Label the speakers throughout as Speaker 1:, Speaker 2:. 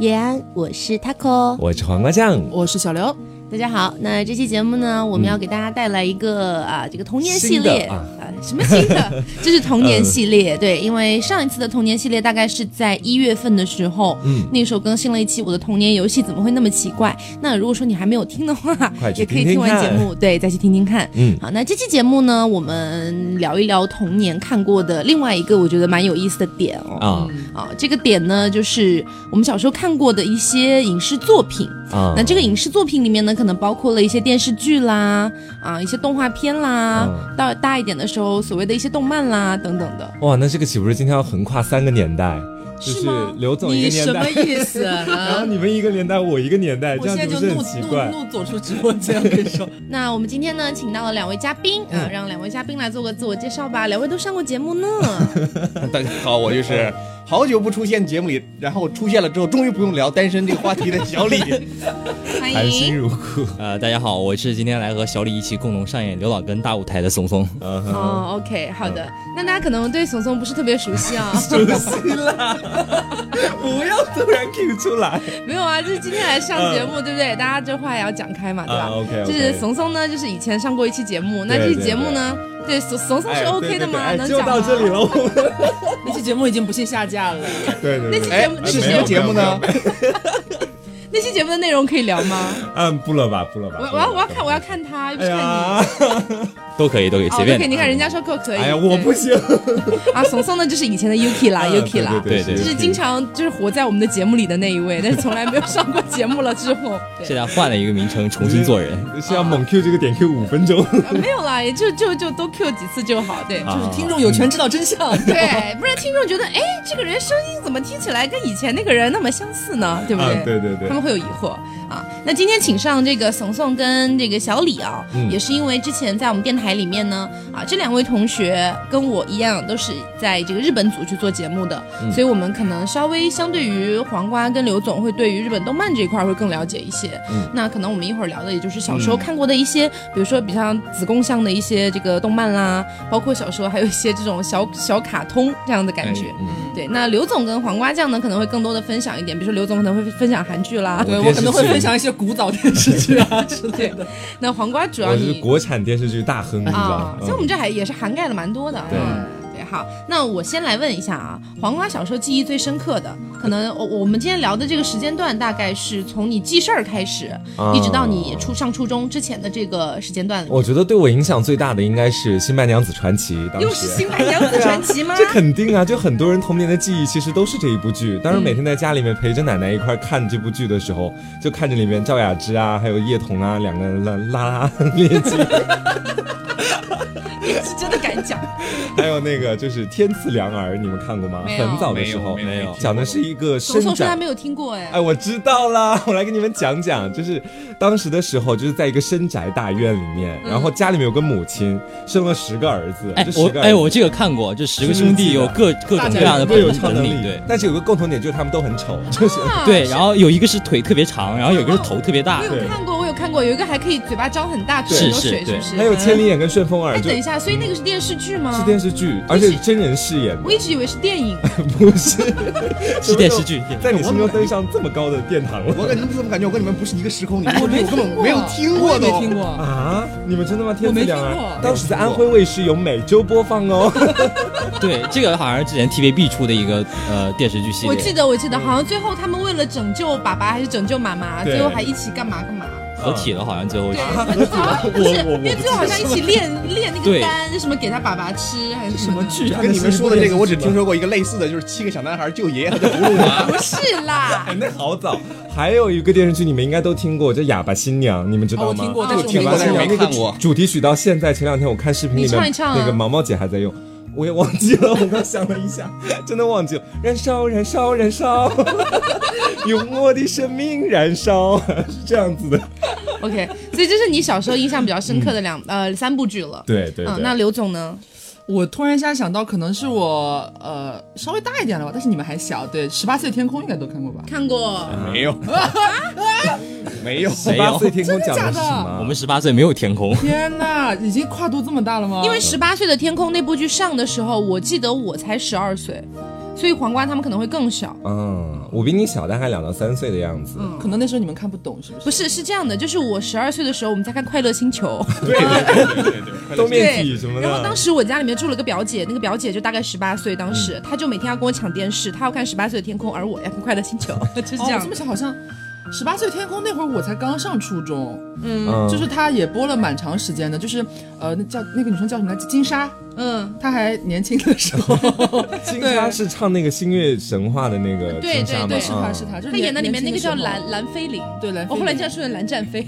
Speaker 1: 叶安，我是 Taco，
Speaker 2: 我是黄瓜酱，
Speaker 3: 我是小刘。
Speaker 1: 大家好，那这期节目呢，我们要给大家带来一个、啊，这个童年系列
Speaker 2: 新的啊
Speaker 1: 什么新的？ 这是童年系列，对，因为上一次的童年系列大概是在一月份的时候，
Speaker 2: 嗯
Speaker 1: 那个时候更新了一期我的童年游戏怎么会那么奇怪？那如果说你还没有听的话，
Speaker 2: 快去
Speaker 1: 也可以
Speaker 2: 听听
Speaker 1: 听完节
Speaker 2: 看
Speaker 1: 目，对，再去听听看。
Speaker 2: 嗯
Speaker 1: 好，那这期节目呢，我们聊一聊童年看过的另外一个我觉得蛮有意思的点哦。
Speaker 2: 啊
Speaker 1: 啊，这个点呢，就是我们小时候看过的一些影视作品。
Speaker 2: 啊，
Speaker 1: 那这个影视作品里面呢，可能包括了一些电视剧啦，啊，一些动画片啦，
Speaker 2: 嗯
Speaker 1: 到大一点的时候，所谓的一些动漫啦等等的。
Speaker 2: 哇，那这个岂不是今天要横跨三个年代？就是
Speaker 1: 吗
Speaker 2: 刘总一个
Speaker 3: 你什
Speaker 2: 年
Speaker 3: 么
Speaker 2: 代，
Speaker 3: 意思
Speaker 2: 然后
Speaker 3: 啊？
Speaker 2: 你们一个年代，我一个年代，
Speaker 3: 我
Speaker 2: 这
Speaker 3: 现
Speaker 2: 样
Speaker 3: 在
Speaker 2: 是
Speaker 3: 就
Speaker 2: 不是
Speaker 3: 怒
Speaker 2: 很奇怪
Speaker 3: 怒？怒走出直播间，我 跟你 说，
Speaker 1: 那我们今天呢，请到了两位嘉宾
Speaker 2: 嗯
Speaker 1: 啊，让两位嘉宾来做个自我介绍吧。两位都上过节目呢，
Speaker 4: 大家好，我就是好久不出现节目里，然后出现了之后，终于不用聊单身这个话题的小 李。
Speaker 1: 欢
Speaker 2: 含辛
Speaker 1: 迎。
Speaker 2: 茹苦，
Speaker 5: 呃，大家好，我是今天来和小李一起共同上演刘老根大舞台的怂怂。
Speaker 2: 嗯哼
Speaker 1: 哦，OK，好的。那大家可能对怂怂不是特别熟悉 啊，
Speaker 2: 不要 突然 Q 出来
Speaker 1: 没有啊，就是今天来上节目，对不对？大家这话也要讲开嘛，对吧
Speaker 2: 嗯啊，OK，
Speaker 1: 就是怂怂呢，就是以前上过一期节目，那
Speaker 2: 对哎
Speaker 1: 这期节目呢，对怂怂怂是 OK 的吗？能
Speaker 2: 就
Speaker 1: 讲
Speaker 2: 到
Speaker 1: 吗？
Speaker 2: 这里 了，我们
Speaker 3: 那期节目已经不幸下架了。
Speaker 2: 对对
Speaker 1: 那期节目，那期
Speaker 4: 哎是
Speaker 1: 节
Speaker 4: 什么
Speaker 1: 目，
Speaker 4: 节目呢？
Speaker 1: 那期节目的内容可以聊吗？
Speaker 2: 嗯，不了吧，不了吧，
Speaker 1: 我
Speaker 2: 不
Speaker 1: 我
Speaker 2: 了
Speaker 1: 要
Speaker 2: 吧
Speaker 1: 我要看我要。看他，又不
Speaker 2: 哎
Speaker 1: 是看你。
Speaker 2: 呀，
Speaker 5: 都可以，都可以，
Speaker 1: 哦
Speaker 5: 随便
Speaker 1: ，OK，
Speaker 5: 的。
Speaker 1: 你看人家说够可以。
Speaker 2: 哎呀，我不
Speaker 1: 对
Speaker 2: 行。啊
Speaker 1: 啊，怂怂呢就是以前的 Yuki 啦，Yuki 啦，
Speaker 2: 对
Speaker 5: 对
Speaker 1: 就
Speaker 5: 对
Speaker 1: 是经常就是活在我们的节目里的那一位，但是从来没有上过节目了之后，
Speaker 5: 现在换了一个名称，重新做人。
Speaker 2: 是要猛 Q 这个点 Q 五分钟。
Speaker 1: 对，啊没有啦，也就就就多 Q 几次就好，对。
Speaker 2: 啊
Speaker 3: 就是听众有权知道真相。
Speaker 1: 对，不然听众觉得，哎，这个人声音怎么听起来跟以前那个人那么相似呢？对不对？
Speaker 2: 啊，对对对
Speaker 1: 他，们会有疑惑啊。那今天请上这个怂怂跟这个小李啊，
Speaker 2: 嗯
Speaker 1: 也是因为之前在我们电台里面呢，啊，这两位同学跟我一样都是在这个日本组去做节目的，
Speaker 2: 嗯
Speaker 1: 所以我们可能稍微相对于黄瓜跟刘总会对于日本动漫这一块会更了解一些。
Speaker 2: 嗯
Speaker 1: 那可能我们一会儿聊的也就是小时候看过的一些，比如说比较子宫向的一些这个动漫啦，包括小时候还有一些这种小小卡通这样的感
Speaker 2: 哎
Speaker 1: 觉。
Speaker 2: 嗯
Speaker 1: 对，那刘总跟黄瓜酱呢，可能会更多的分享一点，比如说刘总可能会分享韩剧啦，
Speaker 3: 对
Speaker 2: 我
Speaker 3: 我
Speaker 2: 电视
Speaker 3: 可能会
Speaker 2: 剧
Speaker 3: 分享一些古早电视剧啊之类的。
Speaker 1: 那黄瓜主要
Speaker 2: 我是
Speaker 1: 你
Speaker 2: 国产电视剧大亨，你知道
Speaker 1: 啊
Speaker 2: 吗，？
Speaker 1: 所以我们这还也是涵盖了蛮多的。
Speaker 2: 嗯对
Speaker 1: 嗯对，好，那我先来问一下啊，黄瓜小时候记忆最深刻的，可能我我们今天聊的这个时间段，大概是从你记事儿开始，
Speaker 2: 啊
Speaker 1: 一直到你初上初中之前的这个时间段里。
Speaker 2: 我觉得对我影响最大的应该是《新白娘子传奇》，当
Speaker 1: 又是
Speaker 2: 时。
Speaker 1: 新白娘子传奇吗？
Speaker 2: 这肯定啊，就很多人童年的记忆其实都是这一部剧。当时每天在家里面陪着奶奶一块儿看这部剧的时候，就看着里面赵雅芝啊，还有叶童啊，两个人拉拉拉练级，
Speaker 1: 你是真的敢讲？
Speaker 2: 还有那个就是天赐良儿，你们看过吗？
Speaker 1: 没有
Speaker 2: 很早的时候，
Speaker 4: 没有没有没有
Speaker 2: 讲的是一个
Speaker 1: 怂
Speaker 2: 伸
Speaker 1: 怂说他
Speaker 2: 展。
Speaker 1: 没有听过哎
Speaker 2: 哎，。我知道啦，我来给你们讲讲，就是当时的时候，就是在一个深宅大院里面，然后家里面有个母亲生了十个儿子，
Speaker 5: 哎
Speaker 2: 这，十
Speaker 5: 我
Speaker 2: 个儿
Speaker 5: 哎，
Speaker 2: 子
Speaker 5: 我这个看过，就十个
Speaker 2: 是
Speaker 5: 兄弟有
Speaker 2: 记得
Speaker 5: 各各种各样的
Speaker 2: 都有超
Speaker 5: 本
Speaker 2: 能
Speaker 5: 领，
Speaker 2: 力
Speaker 5: 对，
Speaker 2: 但是有个共同点就是他们都很丑，啊就是
Speaker 1: 啊
Speaker 5: 对。然后有一个是腿特别长，然后有一个是头特别大
Speaker 1: 我。有看过，我有看过，有一个还可以嘴巴张很大，
Speaker 5: 对
Speaker 1: 吃很多
Speaker 5: 是
Speaker 1: 水，
Speaker 5: 是
Speaker 1: 是不
Speaker 5: 对
Speaker 1: 是？
Speaker 2: 还有千里眼跟顺风耳，
Speaker 1: 哎，
Speaker 2: 就
Speaker 1: 等一下，所以那个是电视剧吗？
Speaker 2: 是电视剧，而且是真人饰演
Speaker 1: 我一直以为是电影。
Speaker 2: 的，不是
Speaker 5: 是电视剧
Speaker 2: 怎么就在你心中登上这么高的殿堂了
Speaker 4: 我感觉怎么感觉我跟你们不是一个时空里面，我
Speaker 3: 哎没
Speaker 4: 我根本没有听过
Speaker 3: 我
Speaker 4: 的
Speaker 3: 也没
Speaker 4: 哦。
Speaker 3: 听过。
Speaker 2: 啊！你们真的吗？天
Speaker 3: 我
Speaker 2: 赐
Speaker 3: 没听
Speaker 2: 良
Speaker 3: 过
Speaker 2: 儿，当时在安徽卫视有每周播放哦。
Speaker 5: 对，这个好像是之前 TVB 出的一个呃电视剧系
Speaker 1: 我记
Speaker 5: 列，
Speaker 1: 得，我记得，好像最后他们为了拯救爸爸还是拯救妈妈，
Speaker 2: 对
Speaker 1: 最后还一起干嘛干嘛？
Speaker 5: 合体了，好像最后是
Speaker 1: 对，不是，
Speaker 2: 我我
Speaker 1: 因为最后好像一起练练那个
Speaker 5: 对
Speaker 1: 丹，什么给他爸爸吃还是什
Speaker 3: 什
Speaker 1: 么
Speaker 3: 么
Speaker 1: 的？
Speaker 3: 剧啊？
Speaker 4: 跟你们说的这个，我只听说过一个类似的，就是七个小男孩救爷和叫葫芦
Speaker 2: 啊
Speaker 4: 娃。
Speaker 1: 不是啦，
Speaker 2: 哎，那好早。还有一个电视剧，你们应该都听过，叫《哑巴新娘》，你们知道吗？
Speaker 3: 哦我听过
Speaker 1: 但是我没
Speaker 2: 哑巴
Speaker 4: 看过
Speaker 2: 新娘那
Speaker 4: 但是
Speaker 2: 个
Speaker 4: 我没看过
Speaker 2: 主题曲到现在，前两天我看视频里
Speaker 1: 你
Speaker 2: 面，
Speaker 1: 唱一唱啊
Speaker 2: 那个毛毛姐还在用，我也忘记了，我刚想了一下，真的忘记了。燃烧，燃烧，燃烧， 用我的生命燃烧， 是这样子的。
Speaker 1: OK，所以这是你小时候印象比较深刻的两呃三部剧了。
Speaker 2: 对嗯对对，
Speaker 1: 嗯，那刘总呢？
Speaker 3: 我突然一下想到，可能是我呃稍微大一点了吧，但是你们还小，对，十八岁的天空应该都看过吧？
Speaker 1: 看过
Speaker 2: 嗯
Speaker 4: 没有，没有。
Speaker 2: 十
Speaker 5: 谁
Speaker 2: 八
Speaker 5: 有
Speaker 2: 岁天空讲的是
Speaker 3: 真的
Speaker 2: 什
Speaker 3: 假
Speaker 2: 么？
Speaker 5: 我们十八岁没有天空。
Speaker 3: 天哪，已经跨度这么大了吗？
Speaker 1: 因为《十八岁的天空》那部剧上的时候，我记得我才十二岁，所以黄瓜他们可能会更小。
Speaker 2: 嗯，我比你小大概两到三岁的样子。
Speaker 1: 嗯
Speaker 3: 可能那时候你们看不懂，是不是？
Speaker 1: 不是，是这样的，就是我十二岁的时候，我们在看《快乐星球》，
Speaker 4: 对对对对对，
Speaker 2: 都面
Speaker 1: 对
Speaker 2: 体什么，的。
Speaker 1: 然后当时我家里面住了个表姐，那个表姐就大概十八岁，当时
Speaker 2: 嗯
Speaker 1: 她就每天要跟我抢电视，她要看《十八岁的天空》，而我要看《快乐星球》， 就是
Speaker 3: 哦
Speaker 1: 这，样
Speaker 3: 这么。想好像。十八岁天空那会儿，我才刚上初中，
Speaker 2: 嗯
Speaker 3: 就是他也播了蛮长时间的，就是呃，那叫那个女生叫什么来着？金莎，
Speaker 1: 嗯，
Speaker 3: 她还年轻的时 候，
Speaker 2: 金莎是唱那个《星月神话》的那个
Speaker 1: 对
Speaker 2: 金莎吗？
Speaker 1: 对对
Speaker 3: 是
Speaker 2: 嗯
Speaker 3: 她是她，就是
Speaker 1: 她演的里面那
Speaker 3: 年
Speaker 1: 个
Speaker 3: 轻时
Speaker 1: 叫
Speaker 3: 候
Speaker 1: 蓝蓝菲林，
Speaker 3: 对蓝
Speaker 1: 我
Speaker 3: 菲
Speaker 1: 后来
Speaker 3: 林
Speaker 1: 叫说蓝战飞，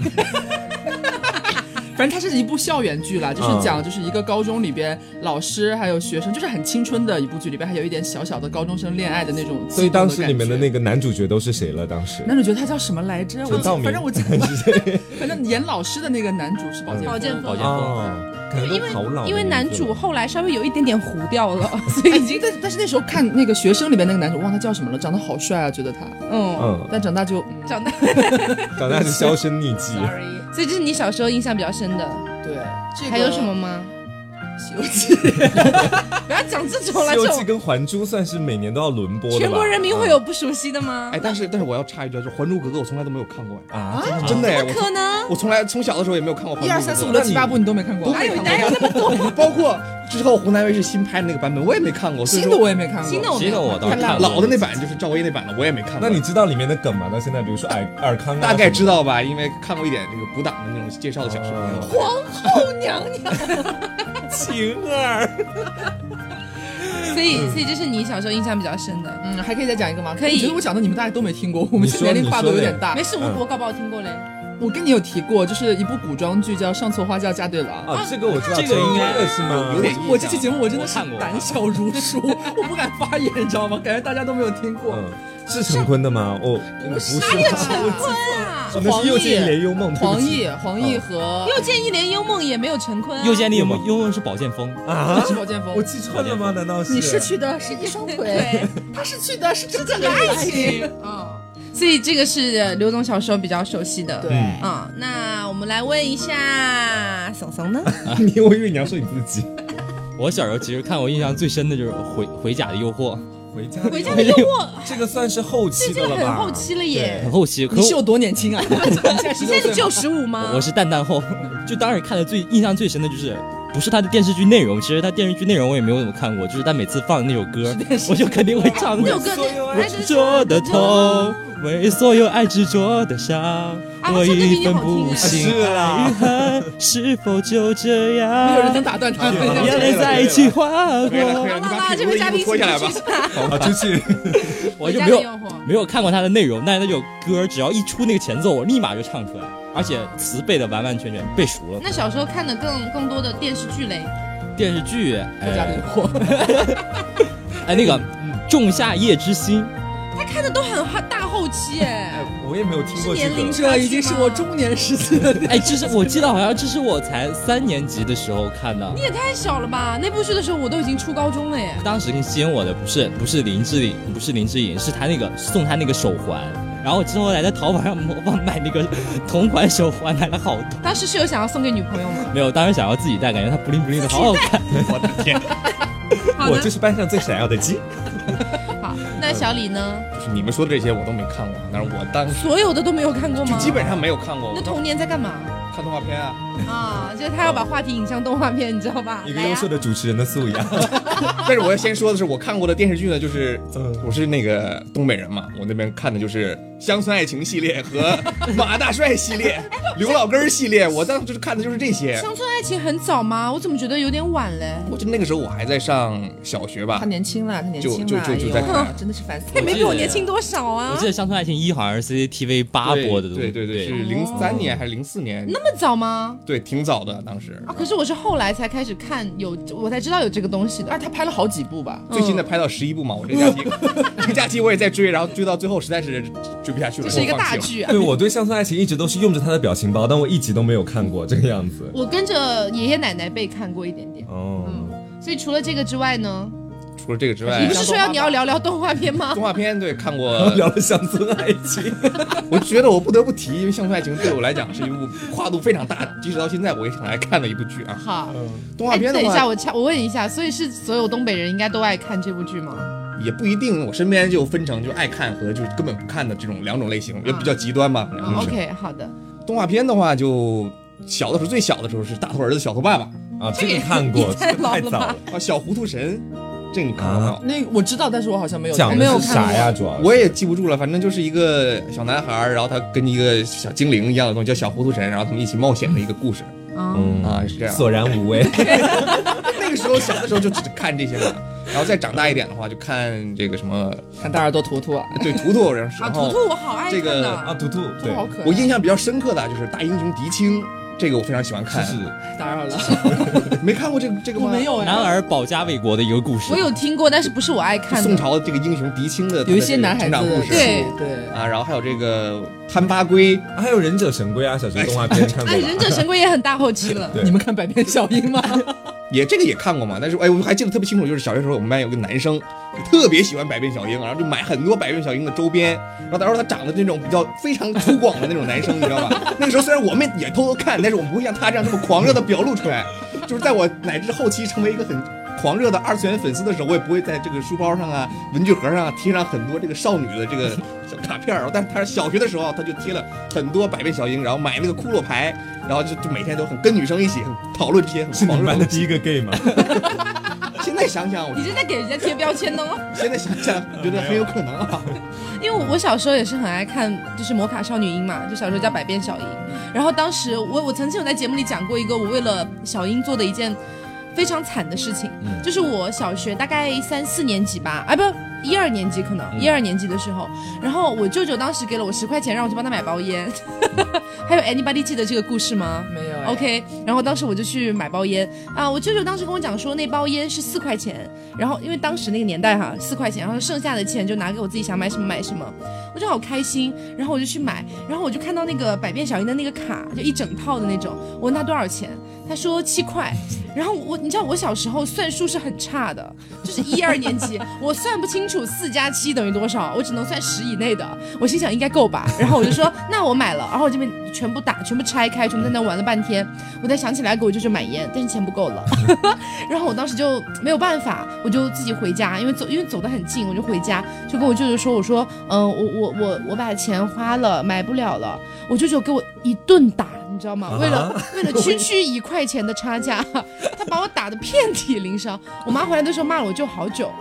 Speaker 3: 反正它是一部校园剧啦，
Speaker 2: 嗯
Speaker 3: 就是讲就是一个高中里边老师还有学生，就是很青春的一部剧，里边还有一点小小的高中生恋爱的那种。
Speaker 2: 所以当时你们的那
Speaker 3: 个。
Speaker 2: 个男主角都是谁了？当时
Speaker 3: 男主角他叫什么来着？我
Speaker 2: 陈道明
Speaker 3: 反正我记得， 反正演老师的那个男主是保剑
Speaker 1: 宝剑
Speaker 3: 锋。
Speaker 5: 宝剑锋，
Speaker 2: 哦，感觉都好 老的名字了，
Speaker 1: 因为男主后来稍微有一点点糊掉 了，所以
Speaker 3: 哎
Speaker 1: 已
Speaker 3: 已
Speaker 1: 经
Speaker 3: 经，但但是那时候看那个学生里边那个男主，忘了他叫什么了，长得好帅啊，觉得他。
Speaker 1: 嗯
Speaker 2: 嗯，
Speaker 3: 但长大就，嗯
Speaker 1: 长大，
Speaker 2: 长大是销声匿 迹。
Speaker 1: 所以这是你小时候印象比较深的，
Speaker 3: 对，这个
Speaker 1: 还有什么吗？
Speaker 3: 西游记？
Speaker 1: 不要讲这种了，
Speaker 2: 西
Speaker 1: 这
Speaker 2: 游记
Speaker 1: 种
Speaker 2: 跟《还珠》算是每年都要轮播的吧？
Speaker 1: 全国人民会有不熟悉的吗
Speaker 4: 哎，？但是但是我要插一句，就是《还珠格格》我从来都没有看过，哎
Speaker 2: 啊，
Speaker 4: 真的哎，我
Speaker 1: 可能。
Speaker 4: 我从来从小的时候也没有看过《还珠
Speaker 3: 一
Speaker 4: 格格
Speaker 3: 二三四五六七八部你都没看过哎
Speaker 4: 都，没
Speaker 1: 有
Speaker 4: 看
Speaker 1: 哪有
Speaker 4: 过，包括之后湖南卫视新拍的那个版本我也没看过，所以
Speaker 3: 新
Speaker 4: 说
Speaker 3: 的我也没看过。
Speaker 1: 新的我没
Speaker 5: 新的
Speaker 1: 有
Speaker 5: 我倒是
Speaker 3: 太
Speaker 5: 看
Speaker 3: 烂了
Speaker 5: 过
Speaker 4: 老的那版就是赵薇那版的我也没看过。
Speaker 2: 那你知道里面的梗吗？到现在，比如说尔尔康啊，
Speaker 4: 大概知道吧？因为看过一点这个补档的那种介绍的小说。
Speaker 2: 哦
Speaker 1: 皇后娘娘。
Speaker 2: 晴儿，
Speaker 1: 所以，所以这是你小时候印象比较深的。
Speaker 3: 嗯，还可以再讲一个吗？
Speaker 1: 可以
Speaker 3: 我觉得我讲的你们大家都没听过，我们
Speaker 2: 说
Speaker 3: 年龄跨度有点大
Speaker 1: 没。事，
Speaker 2: 嗯
Speaker 1: 我我搞不好听过嘞。
Speaker 3: 我跟你有提过，就是一部古装剧叫《上错花轿嫁对郎》。
Speaker 2: 啊，这个我知道，
Speaker 5: 这个应该
Speaker 2: 真的是吗？
Speaker 4: 有点印象
Speaker 3: 我这期节目我真的是
Speaker 5: 我看过
Speaker 3: 胆小如鼠，我不敢发言，你知道吗？感觉大家都没有听过。
Speaker 2: 嗯，是陈坤的吗？哦，不是吧，
Speaker 1: 坤啊，
Speaker 2: 哦那是又见雷幽梦，对不
Speaker 3: 黄
Speaker 2: 起
Speaker 3: 奕，黄奕和
Speaker 1: 又见一帘幽梦也没有陈坤啊。
Speaker 5: 又见你有没有幽梦是宝剑锋，
Speaker 2: 啊
Speaker 3: 是，宝剑锋
Speaker 2: 我。记错了吗？难道是？
Speaker 3: 的是一双
Speaker 1: 对，
Speaker 3: 他是去的是真正的爱情。
Speaker 1: 所以这个是刘总小时候比较熟悉的。
Speaker 3: 对，
Speaker 2: 嗯
Speaker 1: 啊、那我们来问一下怂怂呢？
Speaker 2: 你我以为你要说你自己。
Speaker 5: 我小时候其实看我印象最深的就是回《回甲的诱惑
Speaker 2: 回家，
Speaker 1: 回家的诱惑，
Speaker 2: 这个算是后期
Speaker 1: 这
Speaker 2: 的
Speaker 1: 个
Speaker 2: 了
Speaker 1: 很
Speaker 2: 吧？
Speaker 1: 后期了》，
Speaker 5: 很
Speaker 1: 耶。
Speaker 5: 后期。可
Speaker 3: 你是
Speaker 5: 我
Speaker 3: 有多年轻啊？你现在
Speaker 1: 你
Speaker 3: 十
Speaker 1: 现在只
Speaker 3: 六岁
Speaker 1: 有
Speaker 3: 吗。
Speaker 1: 十五吗？
Speaker 5: 我是蛋蛋后， 就当时看的最印象最深的就是。不是他的电视剧内容，其实他电视剧内容我也没有怎么看过，就是他每次放那首歌，我就肯定会唱
Speaker 1: 那
Speaker 5: 的
Speaker 1: 首。歌
Speaker 2: 所有
Speaker 1: 那
Speaker 2: 爱
Speaker 1: 还是
Speaker 5: 执着的痛，为所有爱执着的伤，
Speaker 1: 啊
Speaker 5: 我已分不
Speaker 1: 这
Speaker 5: 清
Speaker 2: 个比你好听啊
Speaker 5: 爱与恨，是否就这
Speaker 3: 没有人
Speaker 5: 样
Speaker 3: 能？打断他。
Speaker 5: 眼泪在一起划
Speaker 4: 可以了，可以了，你
Speaker 5: 过，
Speaker 1: 好啦好啦
Speaker 4: 把屁
Speaker 1: 这
Speaker 4: 股
Speaker 1: 位
Speaker 4: 的
Speaker 1: 嘉宾
Speaker 4: 衣服脱下来吧。
Speaker 2: 好，出去。
Speaker 5: 我就
Speaker 1: 回家
Speaker 5: 没有
Speaker 1: 的诱惑
Speaker 5: 没有看过他的内容，但是那首歌只要一出那个前奏，我立马就唱出来，而且词背的完完全全背熟了。
Speaker 1: 那小时候看的更更多的电视剧嘞，
Speaker 5: 电视剧，
Speaker 3: 家
Speaker 5: 哎
Speaker 3: 里货，
Speaker 5: 哎，那个《仲夏夜之心》，
Speaker 1: 他看的都很后大后期哎
Speaker 2: 哎。， 我也没有听过这
Speaker 1: 是年龄
Speaker 2: 个。
Speaker 3: 这已经是我中年时期的。
Speaker 5: 哎，这是我记得好像这是我才三年级的时候看的
Speaker 1: 你。也太小了吧！那部剧的时候我都已经初高中了耶。
Speaker 5: 当时吸引我的不是不是林志颖，不是林志颖，是他那个送他那个手环，然后之后来在淘宝上模仿买那个 同款手环，买了好多。
Speaker 1: 当时是有想要送给女朋友吗？
Speaker 5: 没有，当时想要自己啊戴，感觉它布灵布灵的，好好看。
Speaker 4: 我的天，
Speaker 1: 好
Speaker 2: 我
Speaker 1: 的
Speaker 2: 就，是班上最闪耀的鸡。
Speaker 1: 好。那小李呢？
Speaker 4: 就是你们说的这些我都没看过，但是我当时
Speaker 1: 所有的都没有看过吗？
Speaker 4: 基本上没有看过。
Speaker 1: 那
Speaker 4: 我
Speaker 1: 童年在干嘛
Speaker 4: 看动画片啊，
Speaker 1: 啊？就是他要把话题引向动画片，你知道吧？
Speaker 2: 一个
Speaker 1: 来
Speaker 2: 优
Speaker 1: 呀
Speaker 2: 秀的主持人的素养。
Speaker 4: 但是我要先说的是，我看过的电视剧呢，就是
Speaker 2: 嗯
Speaker 4: 我是那个东北人嘛，我那边看的就是《乡村爱情》系列和马大帅系 列、
Speaker 3: 哎
Speaker 4: 刘老根儿系列，我当时就是看的就是这些。
Speaker 1: 啊乡村爱情很早吗？我怎么觉得有点晚嘞？
Speaker 4: 我就那个时候我还在上小学吧
Speaker 3: 他，年轻了，他年轻
Speaker 4: 就
Speaker 3: 了，
Speaker 4: 就就就
Speaker 3: 哎
Speaker 4: 在
Speaker 3: 呦
Speaker 4: 看
Speaker 3: 真的是烦死
Speaker 1: 也
Speaker 3: 了。
Speaker 1: 没比我年轻多少
Speaker 5: 我
Speaker 1: 啊
Speaker 5: 记！得《乡村爱情一》好像是 CCTV 八
Speaker 4: 对
Speaker 5: 播的东西，
Speaker 4: 对对对，是零三
Speaker 3: 哦
Speaker 4: 年还是零四年？
Speaker 1: 那么早吗？
Speaker 4: 对，挺早的当时。
Speaker 1: 啊，可是我是后来才开始看有，我才知道有这个东西
Speaker 3: 啊，
Speaker 1: 的。
Speaker 3: 他拍了好几部吧？
Speaker 4: 最新的拍到十一部嘛，我这个假 期，这个假期我也在追，然后追到最后实在是追不下去了，
Speaker 1: 这是一个
Speaker 4: 我放
Speaker 1: 大
Speaker 4: 弃了。
Speaker 1: 剧啊！
Speaker 2: 对，我对《乡村爱情》一直都是用着他的表情包，但我一集都没有看过这个样子。
Speaker 1: 我跟着爷爷奶奶辈看过一点点，
Speaker 2: 哦，
Speaker 1: 所以除了这个之外呢，
Speaker 4: 除了这个之
Speaker 1: 你
Speaker 4: 外
Speaker 1: 不，是说要你要聊聊动画片吗
Speaker 4: 哎动？画片对看过，
Speaker 2: 聊了乡村爱情，
Speaker 4: 我觉得我不得不提，因为《乡村爱情》对我来讲是一部跨度非常大，即使到现在我也很爱看的一部剧啊。
Speaker 1: 好，
Speaker 4: 动画
Speaker 1: 哎，
Speaker 4: 片的
Speaker 1: 等一下，
Speaker 4: 话，
Speaker 1: 我掐，我问一下，所以是所有东北人应该都爱看这部剧吗？
Speaker 4: 也不一定，我身边就分成就是爱看和就是根本不看的这种两种类型，也比较极端吧。反正
Speaker 1: 嗯
Speaker 4: 就是
Speaker 1: OK，好的，
Speaker 4: 动画片的话，就小的时候最小的时候是大头儿子小头爸爸
Speaker 2: 啊，这个看过，
Speaker 1: 这个也
Speaker 2: 这个太
Speaker 1: 太老了
Speaker 2: 早
Speaker 1: 吧
Speaker 2: 了。
Speaker 4: 啊，小糊涂神，这个你看
Speaker 2: 啊
Speaker 4: 过没有？
Speaker 3: 那个我知道，但是我好像没有
Speaker 2: 讲
Speaker 3: 看
Speaker 1: 没有
Speaker 2: 的
Speaker 1: 看
Speaker 2: 是啥呀？主要
Speaker 4: 我也记不住了，反正就是一个小男孩儿，然后他跟一个小精灵一样的东西叫小糊涂神，然后他们一起冒险的一个故事
Speaker 1: 嗯，
Speaker 2: 嗯
Speaker 4: 啊，是这样。
Speaker 2: 索然 无味。
Speaker 4: 那个时候小的时候就只看这些嘛，然后再长大一点的话就看这个什么，
Speaker 3: 看大耳朵图图，
Speaker 4: 对图图，然后
Speaker 1: 啊，
Speaker 4: 然
Speaker 1: 图
Speaker 4: 后
Speaker 1: 图我好爱看
Speaker 4: 这个
Speaker 1: 的，
Speaker 2: 啊，图图，对，
Speaker 3: 好可爱。
Speaker 4: 我印象比较深刻的就是大英雄狄青，这个我非常喜欢
Speaker 2: 就
Speaker 4: 看。
Speaker 2: 是啊
Speaker 3: 打扰了，
Speaker 4: 没看过这个这个
Speaker 3: 我
Speaker 4: 吗？
Speaker 3: 没有
Speaker 5: 男
Speaker 3: 呀。
Speaker 5: 儿保家卫国的一个故事。
Speaker 1: 我有听过，但是不是我爱
Speaker 4: 就
Speaker 1: 看
Speaker 4: 宋
Speaker 1: 的。
Speaker 4: 朝这个英雄狄青的
Speaker 3: 有一些男
Speaker 4: 成
Speaker 3: 孩子
Speaker 4: 长故事，
Speaker 1: 对
Speaker 3: 对，
Speaker 4: 啊，然后还有这个潘八龟，
Speaker 2: 还有忍者神龟啊，小时候动画片看过
Speaker 1: 哎，忍
Speaker 2: 吧？
Speaker 1: 者神龟也很大后期了。
Speaker 2: 对
Speaker 3: 你们看《百变小樱》吗？
Speaker 4: 也这个也看过嘛，但是哎，我还记得特别清楚，就是小学时候我们班有个男生特别喜欢百变小樱，然后就买很多百变小樱的周边，然后当时他长得那种比较非常粗犷的那种男生，你知道吧？ 那个时候虽然我们也偷偷看，但是我们不会像他这样这么狂热的表露出来，就是在我乃至后期成为一个很。狂热的二次元粉丝的时候，我也不会在这个书包上啊、文具盒上、啊、贴上很多这个少女的这个小卡片儿。然后，但是他是小学的时候，他就贴了很多百变小樱，然后买那个骷髅牌，然后就就每天都很跟女生一起很讨论这些很
Speaker 2: 是你
Speaker 4: 狂
Speaker 2: 们
Speaker 4: 热
Speaker 2: 班
Speaker 4: 的
Speaker 2: 的第一个 gay 吗？
Speaker 4: 现在想想，我
Speaker 1: 你是在给人家贴标签哦，
Speaker 4: 现在想想觉得很有可能啊。
Speaker 1: 因为我小时候也是很爱看，就是《魔卡少女樱》嘛，就小时候叫《百变小樱》。然后当时我我曾经有在节目里讲过一个我为了小樱做的一件非常惨的事情，
Speaker 4: 嗯
Speaker 1: 就是我小学大概三四年级吧，啊不一二年级可
Speaker 4: 嗯
Speaker 1: 能一二年级的时候，然后我舅舅当时给了我十块钱让我去帮他买包烟， 还有 anybody 记得这个故事吗？
Speaker 3: 没有哎。
Speaker 1: OK，然后当时我就去买包烟啊，我舅舅当时跟我讲说那包烟是四块钱，然后因为当时那个年代哈四块钱，然后剩下的钱就拿给我自己想买什么买什么，我就好开心，然后我就去买，然后我就看到那个百变小樱的那个卡，就一整套的那种，我问他多少钱，他说七块，然后我你知道我小时候算数是很差的，就是一二年级我算不清楚四加七等于多少，我只能算十以内的，我心想应该够吧，然后我就说那我买了，然后我这边全部打全部拆开，全部在那玩了半天，我才想起来给我舅舅买烟，但是钱不够 了，然后我当时就没有办法，我就自己回家，因为走因为走得很近，我就回家，就跟我舅舅说，我说，嗯、我我我我把钱花了，买不了了。我舅舅给我一顿打，你知道吗？为
Speaker 2: 啊
Speaker 1: 了为了区区一块钱的差价，他把我打得遍体鳞伤。我妈回来的时候骂了我舅好久，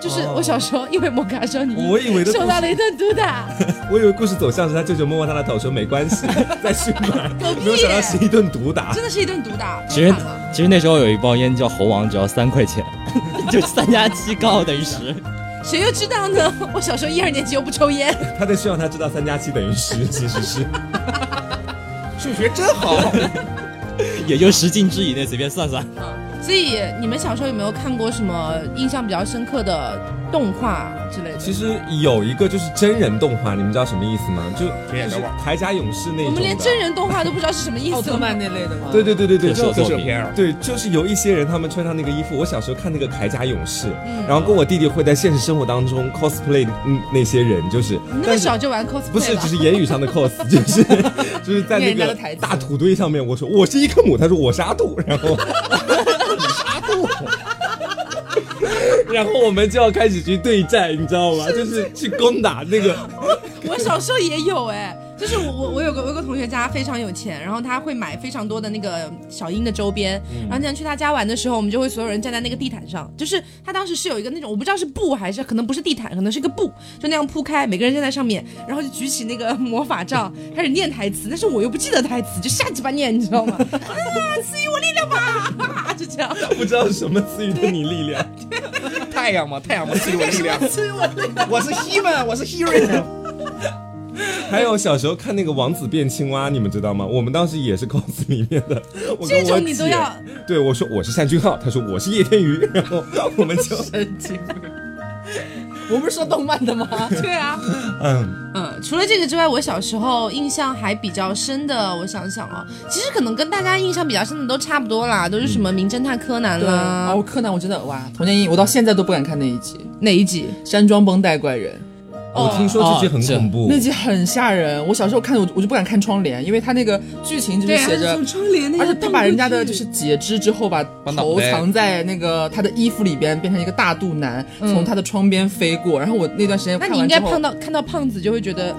Speaker 1: 就是
Speaker 2: 哦
Speaker 1: 我小时候因为摩卡少女
Speaker 2: 我以为的故
Speaker 1: 受到
Speaker 2: 事，
Speaker 1: 了一顿毒打。
Speaker 2: 我以为故事走向是他舅舅摸摸他的头说没关 系，再去买，
Speaker 1: 狗屁
Speaker 2: 没有想到是一顿毒打。
Speaker 1: 真的是一顿毒 打，
Speaker 5: 其实
Speaker 1: 太惨了
Speaker 5: 其实那时候有一包烟叫猴王，只要三块钱， 就三加七刚好等于十。
Speaker 1: 谁又知道呢？我小时候一二年级又不抽烟，
Speaker 2: 他在希望他知道三加七等 于十，其实是。
Speaker 4: 数学真好，
Speaker 5: 也就十进制以内，随便算算。
Speaker 1: 所以你们小时候有没有看过什么印象比较深刻的动画之类的？
Speaker 2: 其实有一个就是真人动画，你们知道什么意思吗？就
Speaker 4: 铁眼
Speaker 2: 就是
Speaker 4: 小宝
Speaker 2: 铠甲勇士那种的。
Speaker 1: 我们连真人动画都不知道是什么意
Speaker 3: 奥
Speaker 1: 思
Speaker 3: 特
Speaker 1: 了吗。
Speaker 3: 曼那类的吗？
Speaker 2: 对对对对对，就
Speaker 5: 特摄
Speaker 4: 特
Speaker 5: 作
Speaker 4: 摄
Speaker 5: 品
Speaker 4: 片儿。
Speaker 2: 对，就是有一些人他们穿上那个衣服，我小时候看那个铠甲勇士，
Speaker 1: 嗯
Speaker 2: 然后跟我弟弟会在现实生活当中 cosplay 嗯那些人，就是
Speaker 1: 你那么
Speaker 2: 但是
Speaker 1: 小就玩 cosplay
Speaker 2: 不是
Speaker 1: 了
Speaker 2: 只是言语上的 cos，就是 就是在那
Speaker 3: 念人家
Speaker 2: 个
Speaker 3: 的台词
Speaker 2: 大土堆上面，我说我是一克姆，他说我是阿杜， 然后然后我们就要开始去对战，你知道吗？就是去攻打那个
Speaker 1: 我小时候也有哎、就是我我我有个我有个同学家非常有钱，然后他会买非常多的那个小樱的周边，
Speaker 2: 嗯
Speaker 1: 然后经常去他家玩的时候，我们就会所有人站在那个地毯上，就是他当时是有一个那种我不知道是布还是可能不是地毯，可能是个布，就那样铺开，每个人站在上面，然后就举起那个 魔法杖开始念台词，但是我又不记得台词，就瞎鸡巴念，你知道吗？ 啊，赐予我力量吧， 就这样。
Speaker 2: 不知道什么赐予的你力量。
Speaker 4: 太阳嘛，太阳嘛，赐予我力量。
Speaker 1: 赐予我力量。
Speaker 4: 我是 he man，我是 hero。
Speaker 2: 还有小时候看那个《王子变青蛙》，你们知道吗？我们当时也是 cos 里面的。我跟
Speaker 1: 这
Speaker 2: 我
Speaker 1: 种你都
Speaker 2: 姐
Speaker 1: 要？
Speaker 2: 对，我说我是单俊浩，他说我是叶天宇，然后我们就
Speaker 3: 神经病。我不是说动漫的吗？
Speaker 1: 对 啊。
Speaker 2: 嗯，
Speaker 1: 嗯，除了这个之外，我小时候印象还比较深的，我想想哦，其实可能跟大家印象比较深的都差不多啦，都是什么《名侦探柯南》
Speaker 3: 嗯对，啊
Speaker 1: 啦，
Speaker 3: 哦，柯南我真的哇，童年阴影，我到现在都不敢看那一集
Speaker 1: 哪一集？
Speaker 4: 哦
Speaker 3: 《山庄绷带怪人》。
Speaker 2: 我听说这集很恐怖
Speaker 3: 哦那，集很吓人。我小时候看我我就不敢看窗帘，因为他那个剧情就是
Speaker 1: 啊
Speaker 3: 写着
Speaker 6: 从。窗帘那
Speaker 3: 而
Speaker 6: 样
Speaker 3: 且他把人家的
Speaker 6: 荡过去
Speaker 3: 就是截肢之后，把
Speaker 4: 把脑
Speaker 3: 头
Speaker 4: 袋
Speaker 3: 藏在那个他的衣服里边，变成一个大肚腩，
Speaker 1: 嗯
Speaker 3: 从他的窗边飞过。然后我那段时间
Speaker 1: 那
Speaker 3: 看
Speaker 1: 你应
Speaker 3: 完之
Speaker 1: 该
Speaker 3: 后
Speaker 1: 碰到看到胖子就会觉得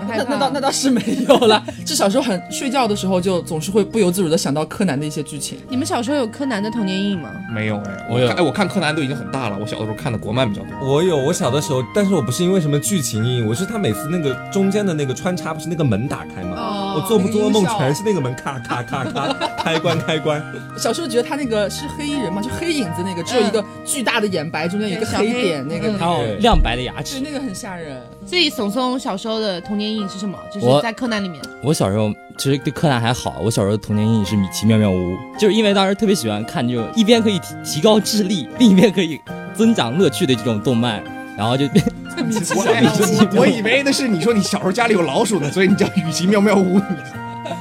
Speaker 1: 很害
Speaker 3: 那
Speaker 1: 怕。
Speaker 3: 那倒那倒是没有啦，是小时候很睡觉的时候就总是会不由自主的想到柯南的一些剧情。
Speaker 1: 你们小时候有柯南的童年阴影吗？
Speaker 4: 没有哎，
Speaker 5: 我有
Speaker 4: 看哎，我看柯南都已经很大了，我小的时候看的国漫比较多。
Speaker 2: 我有，我小的时候，但是我不是因为什么剧情阴影，我是他每次那个中间的那个穿插，不是那个门打开吗？
Speaker 3: 哦
Speaker 2: 我做不做梦
Speaker 3: 那个音效
Speaker 2: 全是那个门咔咔咔咔开关开 关，
Speaker 3: 小时候觉得他那个是黑衣人嘛，就黑影子那个，只有一个巨大的眼白，中间有一个
Speaker 1: 嗯对小黑
Speaker 3: 点，那个
Speaker 1: 嗯
Speaker 5: 还有亮白的牙
Speaker 3: 对
Speaker 5: 齿。
Speaker 3: 那个很吓人。
Speaker 1: 所以怂怂小时候的童年阴影是什么？就是
Speaker 5: 我
Speaker 1: 在柯南里面，
Speaker 5: 我小时候其实对柯南还好，我小时候童年阴影是米奇妙妙屋，就是因为当时特别喜欢看这种一边可以提提高智力，另一边可以增长乐趣的这种动漫，然后就
Speaker 4: 我我我以为那是你说你小时候家里有老鼠呢，所以你叫与其妙妙屋。你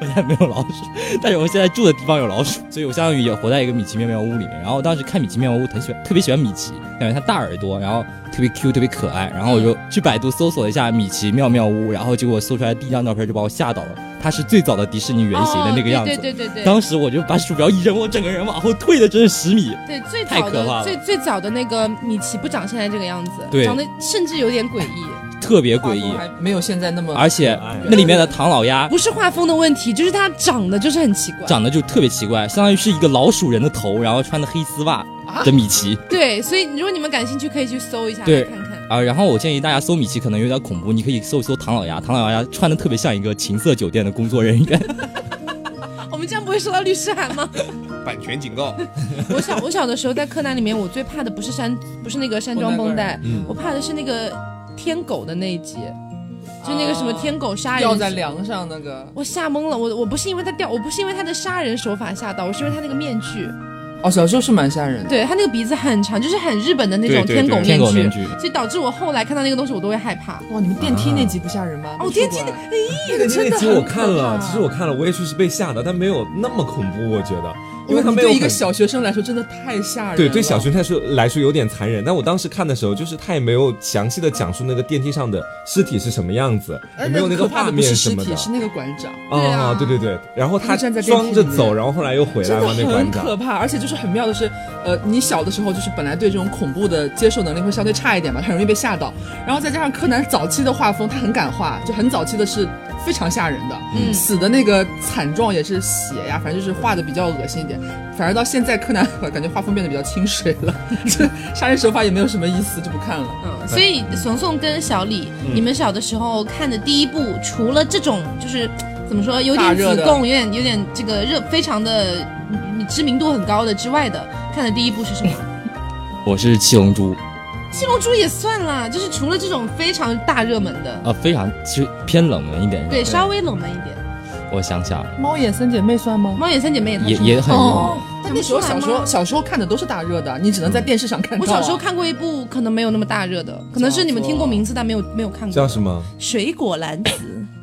Speaker 5: 我家没有老鼠，但是我现在住的地方有老鼠，所以我相当于也活在一个米奇妙妙屋里面。然后我当时看米奇妙妙屋，很喜欢，特别喜欢米奇，感觉他大耳朵，然后特别 Q，特别可爱。然后我就去百度搜索了一下米奇妙妙屋，然后结果搜出来第一张照片就把我吓到了，它是最早的迪士尼原型的那个样子。
Speaker 1: 哦、对对对对对
Speaker 5: 当时我就把鼠标一扔，我整个人往后退了真是十米。
Speaker 1: 对，最
Speaker 5: 太
Speaker 1: 早
Speaker 5: 可
Speaker 1: 的
Speaker 5: 怕了
Speaker 1: 最最早的那个米奇不长现在这个样子，
Speaker 5: 对
Speaker 1: 长得甚至有点诡异，
Speaker 5: 特别诡异
Speaker 3: 画风，还没有现在那么。
Speaker 5: 而且
Speaker 2: 可爱
Speaker 5: 那里面的唐老 鸭
Speaker 1: 不是画风的问题，就是它长得就是很奇怪。
Speaker 5: 长得就特别奇怪，相当于是一个老鼠人的头，然后穿的黑丝袜
Speaker 1: 啊
Speaker 5: 的米奇
Speaker 1: 对，所以如果你们感兴趣，可以去搜一下
Speaker 5: 对
Speaker 1: 来看看。
Speaker 5: 啊。然后我建议大家搜米奇可能有点恐怖，你可以搜一搜唐老鸭，唐老鸭穿的特别像一个情色酒店的工作人员。
Speaker 1: 我们这样不会收到律师函吗？
Speaker 4: 版权警告，
Speaker 1: 我小我小的时候在柯南里面，我最怕的不是山，不是那个山庄绷带，我怕的是那个天狗的那一集，就那个什么天狗杀人
Speaker 3: 吊在
Speaker 1: 集
Speaker 3: 梁上那个，
Speaker 1: 我吓懵了，我我不是因为他掉，我不是因为他的杀人手法吓到，我是因为他那个面具，
Speaker 3: 哦，小时候是蛮吓人的。
Speaker 1: 对他那个鼻子很长，就是很日本的那种
Speaker 4: 对对
Speaker 1: 天狗
Speaker 4: 对
Speaker 5: 天狗面
Speaker 1: 具，
Speaker 5: 具，
Speaker 1: 所以导致我后来看到那个东西我都会害怕。
Speaker 3: 哇，你们电梯那集不吓人吗？
Speaker 1: 哦，
Speaker 3: 没去
Speaker 1: 天
Speaker 3: 过
Speaker 1: 津的，
Speaker 3: 啊
Speaker 1: 哎，
Speaker 2: 那个
Speaker 3: 真的
Speaker 2: 那集
Speaker 3: 很
Speaker 2: 我看了，
Speaker 3: 可怕
Speaker 2: 其实我看了，我也确实被吓的，但没有那么恐怖，我觉得，因为
Speaker 3: 哇
Speaker 2: 它
Speaker 3: 你
Speaker 2: 没有
Speaker 3: 对一个
Speaker 2: 很
Speaker 3: 小学生来说真的太吓人了。
Speaker 2: 对对小学生来说来说有点残忍，但我当时看的时候，就是他也没有详细的讲述那个电梯上的尸体是什么样子，
Speaker 3: 哎
Speaker 2: 也没有那
Speaker 3: 可
Speaker 2: 个
Speaker 3: 怕
Speaker 2: 画
Speaker 3: 的不是
Speaker 2: 面
Speaker 3: 尸
Speaker 2: 什么
Speaker 3: 体，
Speaker 2: 的。
Speaker 3: 是那个馆长，
Speaker 1: 对啊
Speaker 2: 对对对，然后他
Speaker 3: 他站在电梯
Speaker 2: 装着
Speaker 3: 里面
Speaker 2: 走，然后后来又回来
Speaker 3: 真
Speaker 2: 嘛，那
Speaker 3: 的
Speaker 2: 馆
Speaker 3: 很
Speaker 2: 长
Speaker 3: 可怕。而且就是很妙的是，呃，你小的时候就是本来对这种恐怖的接受能力会相对差一点嘛，很容易被吓到。然后再加上柯南早期的画风，他很敢画，就很早期的是非常吓人的，
Speaker 1: 嗯
Speaker 3: 死的那个惨状也是血呀，反正就是画的比较恶心一点。反而到现在柯南感觉画风变得比较清水了， 这杀人手法也没有什么意思，就不看了。
Speaker 1: 嗯，所以怂怂跟小李，
Speaker 3: 嗯
Speaker 1: 你们小的时候看的第一部，除了这种就是怎么说，有
Speaker 3: 大
Speaker 1: 点
Speaker 3: 热
Speaker 1: 子
Speaker 3: 的
Speaker 1: 贡，有点有点这个热，非常的嗯知名度很高的之外的，看的第一部是什么？
Speaker 5: 我是七龙珠
Speaker 1: 七龙珠也算啦，就是除了这种非常大热门
Speaker 3: 嗯
Speaker 1: 的，
Speaker 5: 啊，非常其实偏冷门一点。
Speaker 1: 对，稍微冷门一点。
Speaker 5: 我想想
Speaker 3: 猫眼三姐妹算吗？
Speaker 1: 猫眼三姐妹也
Speaker 5: 也
Speaker 1: 算
Speaker 5: 也很
Speaker 1: 哦
Speaker 5: 冷，
Speaker 1: 看
Speaker 3: 那
Speaker 1: 得
Speaker 3: 时候
Speaker 1: 出来
Speaker 3: 小时
Speaker 1: 吗
Speaker 3: 候小时候看的都是大热的，你只能在电视上看到
Speaker 1: 我
Speaker 3: 啊、
Speaker 1: 小时候看过一部，可能没有那么大热的，可能是你们听过名字，但没有没有看过。
Speaker 2: 叫什么
Speaker 1: 水果篮子。